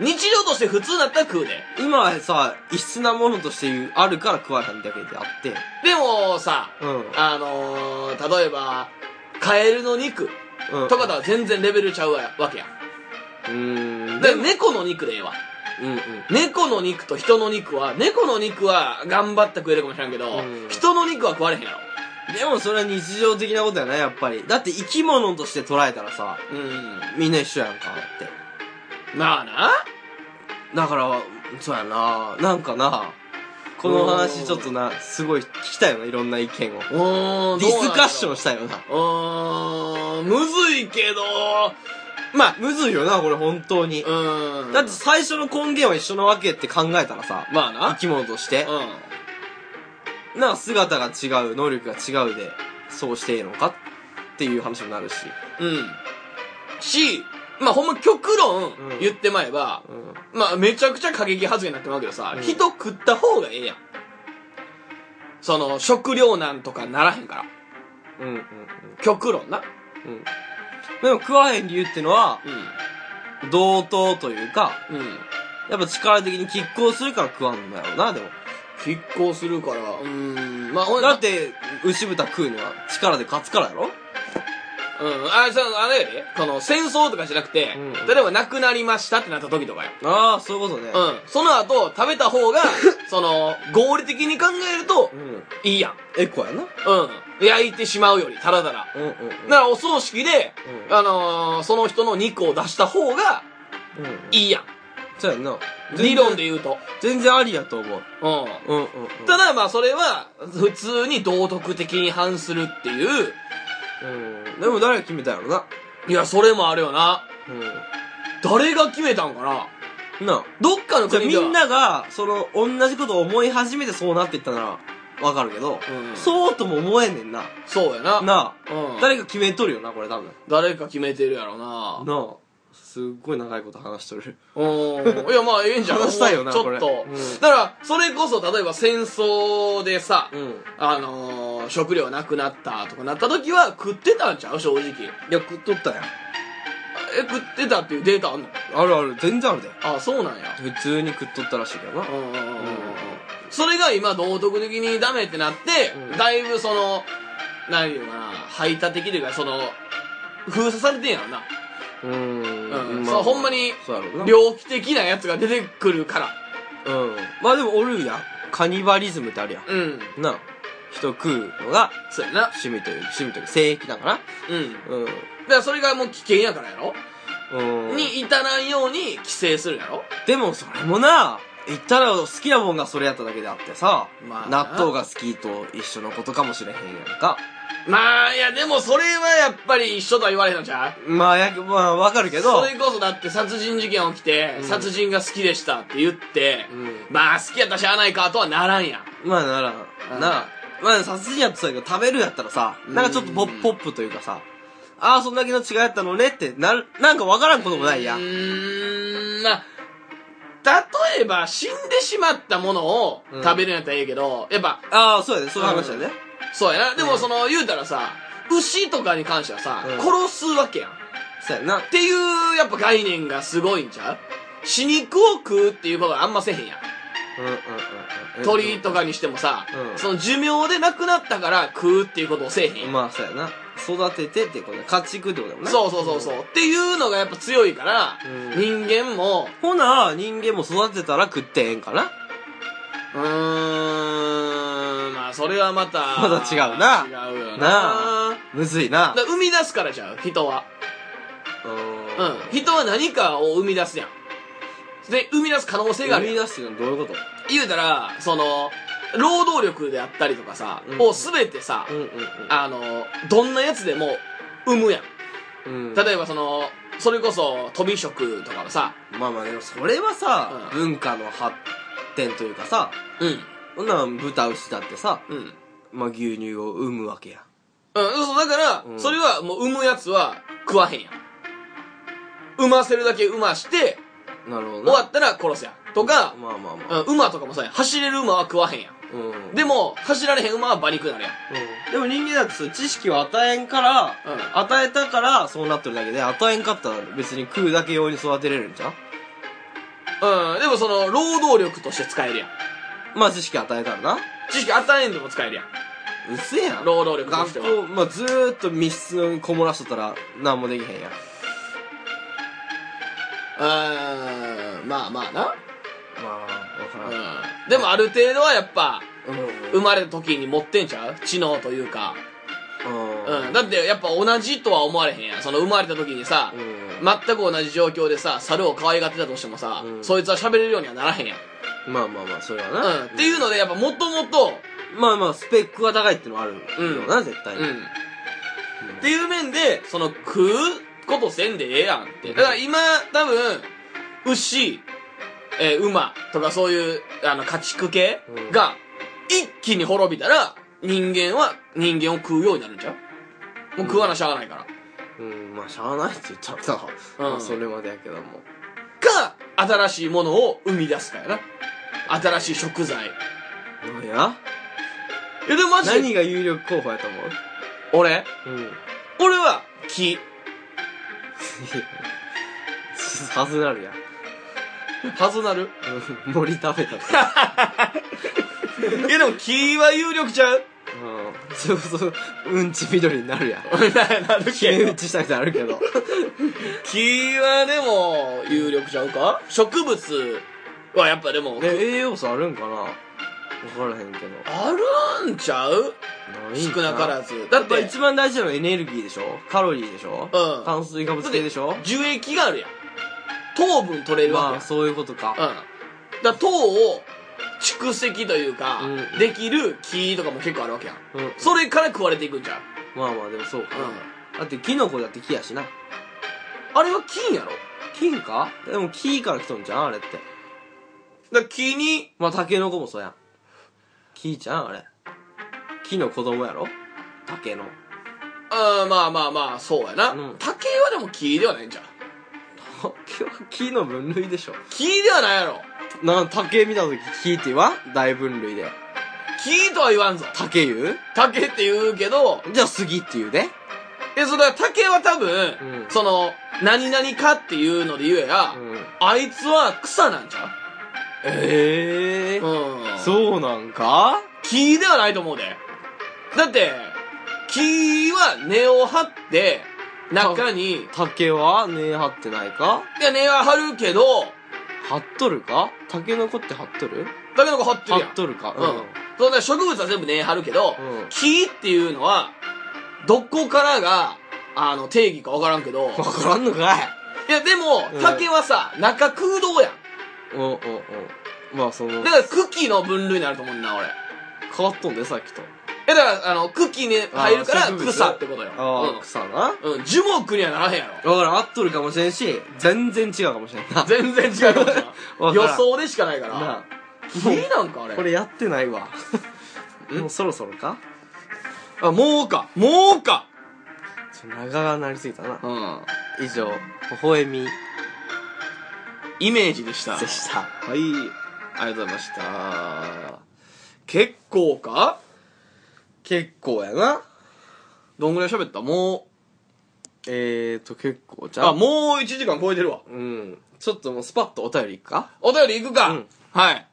日常として普通だったら食うで。今はさ、異質なものとして言うあるから食わへんだけであって。でもさ、うん。あのー、例えば、カエルの肉うん。とかとは全然レベルちゃうわわけやん。うーん。で、猫の肉でええわ。うんうん。猫の肉と人の肉は、猫の肉は頑張って食えるかもしれんけど、うん人の肉は食われへんやろ。でもそれは日常的なことやな、やっぱり。だって生き物として捉えたらさ、うん。みんな一緒やんかって。まあな。だから、そうやな。なんかな、この話ちょっとな、すごい聞きたいよな、いろんな意見を。うーん。ディスカッションししたいよな。うーん、むずいけど、まあ、むずいよな、これ本当に。うーん。だって最初の根源は一緒なわけって考えたらさ、まあ生な。き物として、うなんか姿が違う、能力が違うで、そうしていいのかっていう話になるし。ん。うん。し、まあほんま極論うん言ってまえば、うん。まあめちゃくちゃ過激発言になってまうけどさ、うん人食った方がええやん。その、食糧難とかならへんから。うんうんうん。極論な。うん。でも食わへん理由ってのは、同等というか、うん。うん。やっぱ力的に拮抗するから食わんのやろうな、でも。拮抗するから、うーん。まあ俺だっ、て、牛豚食うには力で勝つからやろうん。あれ、その、あれやで。この、戦争とかじゃなくて、うん例えば亡くなりましたってなった時とかよ。ああ、そういうことね。うん。その後、食べた方が、 その、合理的に考えるとう、ん。いいやん。エコやな。うん。焼いてしまうより、たらたら。うんうんうん。なら、お葬式で、うんあのーその人の肉を出した方が、うんうん。いいやん。そうやんな。理論で言うと。全然ありやと思う。うん。うんうん、うん。ただ、まあ、それは、普通に道徳的に反するっていう、うん。でも誰が決めたんやろな。いや、それもあるよな。う。誰が決めたんかなんなあ。どっかのじゃあ国みではん、なが、その、同じことを思い始めてそうなっていったなら、わかるけど、うんそうとも思えんねんな。そうやな。なあ。うん。誰誰か決めとるよな、これ多分。誰か決めてるやろな。なあ。すっごい長いこと話しとる。うん。いや、まあ、ええんじゃん。話したいよなちょっと。これうんだから、それこそ、例えば戦争でさ、ん。あのー、食料なくなったとかなった時は食ってたんちゃう正い直。や、食っとったやん。え、食ってたっていうデータあんのあるある、全然あるで。あそうなんや。普通に食っとったらしいけどな。うんうんうんうんうんうんそれが今、道徳的にダメってなって、うんだいぶその、何言うかな、排他的というか、その、封鎖されてんやろな。うー。うんんまあそうほんまにそうやろうな。猟奇的なやつが出てくるから。うん。まあでもおるやん。カニバリズムってあるやうん。ん。なあ。人食うのがそうやな。趣味という、趣味というか性癖だから。うん。だかうん。らそれがもう危険やからやろ、うん。に至らんように規制するんやろでもそれもな、言ったら好きなもんがそれやっただけであってさ、まあな納豆が好きと一緒のことかもしれへんやんか。まあ、いやでもそれはやっぱり一緒とは言われへんのちゃうまあ、やまあ、わかるけどそ、れこそだって殺人事件起きて、うん殺人が好きでしたって言って、うんまあ好きやったらしゃあないかとはならんやん。まあなら、うんなあ、まあ殺人やってたけど食べるやったらさ、なんかちょっとポうんッポップというかさ、ああ、そんだけの違いやったのねってなる、なんかわからんこともないや。うんーん、まあ、例えば死んでしまったものをうん食べるんやったらええけど、やっぱ、ああ、そうやね、そういう話だね。そうやな。でうもんその、言うたらさ、牛とかに関してはさ、うん殺すわけやん。っそうやな。ていう、やっぱ概念がすごいんちゃう死肉を食うっていうことはあんませへんやん。うんうんうんうん。鳥とかにしてもさ、うんその寿命で亡くなったから食うっていうことをせえへんやん。まあ、そうやな。育ててってことね。家畜ってことだもんね。そうそうそうそう。っていうのがやっぱ強いから、うん人間も、ほな、人間も育てたら食ってええんかなうーん、まあそれはまた、また違うな違うよな。なむずいなだから。生み出すからじゃう、人は。ううんん。人は何かを生み出すやん。で、生み出す可能性があ生るやみん。出すのどういうこと言うたら、その、労働力であったりとかさ、うんをすべてさ、んうんあの、どんなやつでも生むやん。うん例えばその、それこそ、飛び職とかはさ、まあまあでもそれはさ、う文化の発展というかさ、うん、そんなん豚牛だってさ、うん。まあ牛乳を産むわけや。うん、そう、だから、うんそれはもう産むやつは食わへんやん。産ませるだけ産まして、なるほど終わったら殺すやん。とか、まあまあまうあ。ん、馬とかもそうやん。走れる馬は食わへんやん。うん。ででも、走られへん馬は馬肉になるやん。でも人間だってそう知識を与えんから、うん与えたからそうなってるだけで、与えんかったら別に食うだけ用に育てれるんじゃんうん、でもその、労働力として使えるやん。まあ知識与えたらな。知識与えんでも使えるやん。うっせえやん。労働力として学は。校、まあずーっと密室にこもらしとったら、なんもできへんやん。うん、まあまあな。まあ、わかうん。でもある程度はやっぱ、らん。うん。生まれた時に持ってんちゃう知能というか。う。うんん。だってやっぱ同じとは思われへんやん。その生まれた時にさ、うん全く同じ状況でさ、猿を可愛がってたとしてもさ、うんそいつは喋れるようにはならへんやん。まあまあまあ、それはな。うん。っていうので、やっぱもともと、まあまあ、スペックが高いってのはあるよな、絶対に。うん。っていう面で、その、食うことせんでええやんって。だから今、多分、牛、えー馬とかそういう、あの、家畜系うんが、一気に滅びたら、人間は人間を食うようになるんちゃうもう食わなしゃあないから。うん、まあ、しゃあないって言ったらさ、うんまあそれまでやけども。か、新しいものを生み出すかやな。新しい食材。何やいや、でもマジで、何が有力候補やと思う俺うん。俺は、木。はずなるやん。はずなるうん森食べたから。いや、でも木は有力ちゃううん。それこそ、うんち緑になるやん。なる決めけど打。ちしたいってあるけど。木はでも有力ちゃうか植物はやっぱでも、ね、栄養素あるんかなわからへんけど。あるんちゃうないん少なからずだだっってて一番大事なのはエネルギーでしょカロリーでしょうん炭水化物系でしょ樹液があるやん糖分取れるまわあ、けそういうことか。やん、うんだから糖を蓄積というか、うんできる木とかも結構あるわけやんうん。それから食われていくんちゃうまあまあ、でもそうかうな。だって、キノコだって木やしな。あれは金やろだか金かでも木から来とんじゃんあれって。ら木にまあ、タケノコもそうやん。木じゃんあれ。木の子供やろタケの。うんまあまあまあそうやな、うん竹はでも木ではないんちゃう竹は 木の分類でしょ。木ではないやろなん竹見たとき木って言わん大分類で。木とは言わんぞ竹言う竹って言うけどじゃあ杉って言うで。え、それは竹は多分、うんその、何々かっていうので言えや、うんあいつは草なんちゃええううん。そうなんか木ではないと思うで。だって、木は根を張って、中に、竹は根張ってないかいや、根は張るけど、張っとるか竹の子って張っとる竹の子張ってる張やん。っとるか。うん。そうだ、植物は全部根張るけど、うん木っていうのは、どこからが、あの、定義かわからんけど、わからんのかいいや、でもう、ん竹はさ、中空洞やん。うんうんうん。まあ、そのだ、から、茎の分類になると思うんだな、俺。変わっとんで、さっきと。え、だから、あの、茎に入るからあー植物草ってことよ。ああ、草な。うん。うん、樹木にはならへんやろ。わからん、合っとるかもしれんし、全然違うかもしれん な。全然違うかもしれんわから予ん想でしかないかなあら。木なんかあれ。これやってないわ。 もうそろそろかあ、もうか。もうか。ちょ長がなりすぎたな。うん。以上、微笑みでイメージでした。はい。した。ありがとうございました。結構か結構やな。どんぐらい喋ったもえーと、結構じう、ゃあ、もう1時間超えてるわ。うん。ちょっともうスパッとお便りいくかお便り行くか。うんはい。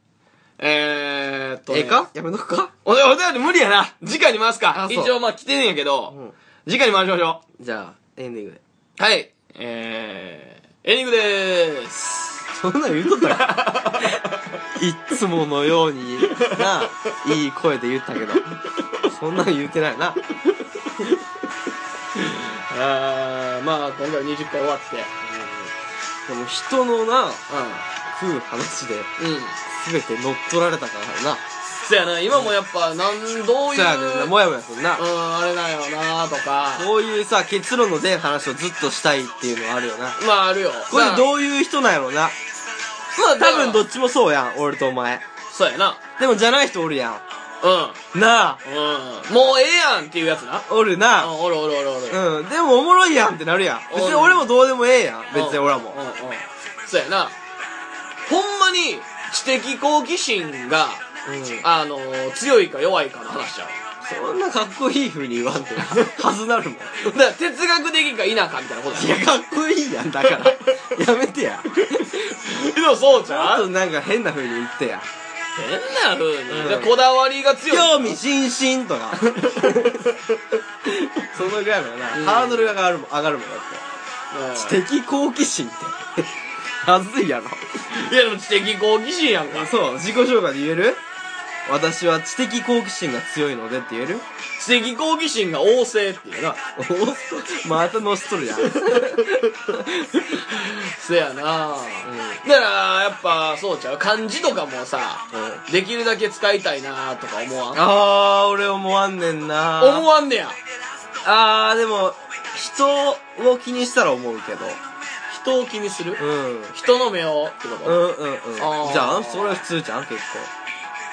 えーっと、ええかやめとくかおお便り無理やな。次回に回すか。あそう一応まあ来てんやけど、次回に回しましょう。じゃあ、エンディングで。はい。えー、エニングでーす。そんなん言うとったか いっつものように、な、いい声で言ったけど。そんなん言うてないな。あー、まあ、今回20回終わって。でも人のな、食う話で、うん。うん。全て乗っ取られたからな。そやな、今もやっぱ、なん、どういう、そうやねんな、もやもやすんなう。ん、あれだよなとか、こういうさ、結論の出ん話をずっとしたいっていうのはあるよな。まああるよ。これまあどういう人なんやろうな。まあ多分どっっちもそうやん、俺とお前。そうやな。でもじゃない人おるや。うんなあ。ん。うん。もうええやんっていうやつな。おるな。うん、おるおるおるおる。うん、でもおもろいやんってなるやん。別に俺もどうでもええやん。別に俺らもうんう。んうんそうやな。ほんまに、知的好奇心が、うん。あの強いか弱いかの話じゃん。そんなかっこいい風に言わんでもはずなるもんだから哲学的か否かみたいなことだいねやかっこいいやんだからやめてや でもそうじちょっゃんとなんか変な風に言ってや変な風に、うんでこだわりが強い興味津々とかそのぐらいだよな、うんハードルが上がるもん上がるもんだっうんて知的好奇心ってまずいやろいやでも知的好奇心やんかそう自己紹介で言える私は知的好奇心が強いのでって言える知的好奇心が旺盛っていうなおまた乗しとる やんせやな、だからやっぱそうちゃう漢字とかもさ、できるだけ使いたいなとか思わんあー俺思わんねんな思わんねやあーでも人を気にしたら思うけど人を気にする、うん人の目をってこと、うんうんうんーじゃあそれは普通じゃん結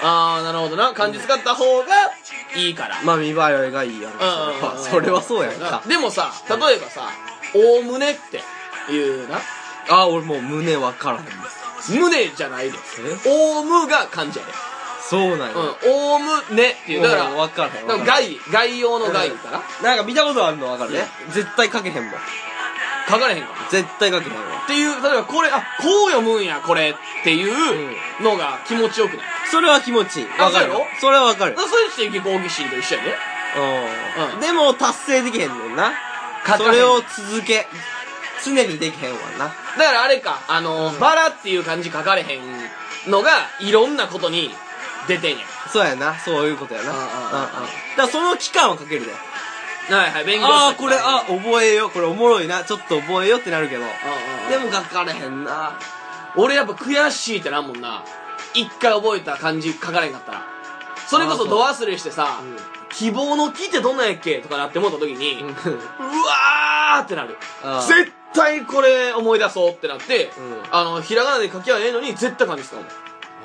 ああなるほどな漢字使った方がいいから、構まあ見栄えがいいやんそれうんうんうんは それはそうやんかでもさ例えばさ「おおむね」っていうなあー俺もう胸わからへん「胸」じゃないでえ「おむ」が漢字やでそうなんやうん「おむね」っていうだから分からへんなんわかからへん概概要の概からなんか見たことあるの分かるね絶対書けへんもん書かれへんか絶対書けへんわっていう例えばこれあこう読むんやこれっていうのが気持ちよくないそれは気持ちいいわかるそうやろよそれは分かるだからそれ知的好奇心と一緒やでうんうんでも達成できへんねんな書かへんそれを続け常にできへんわなだからあれかあのバラっていう漢字書かれへんのがいろんなことに出てんやそうやなそういうことやなうんうんうんうんだからその期間はかけるではいはい勉強ああこれあ覚えようこれおもろいなちょっと覚えようってなるけどででもも書かれへんな俺やっぱ悔しいってなんもんな一回覚えた漢字書かれへんかったらそれこあーそそうド忘れしてさうん「希望の木ってどんなんやっけ?」とかなって思った時にうわーってなるあー絶対これ思い出そうってなって、うんあのひらがなで書きはええのに絶対漢字使う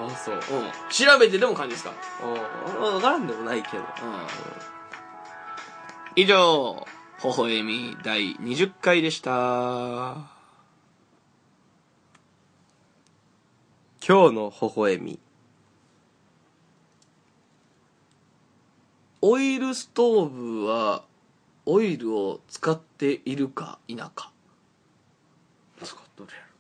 もん、あそううん、調べてでも漢字使う、分からんでもないけどうん、以上「微笑み」第20回でした今日の微笑みオイルストーブはオイルを使っているか否か使っとるやろ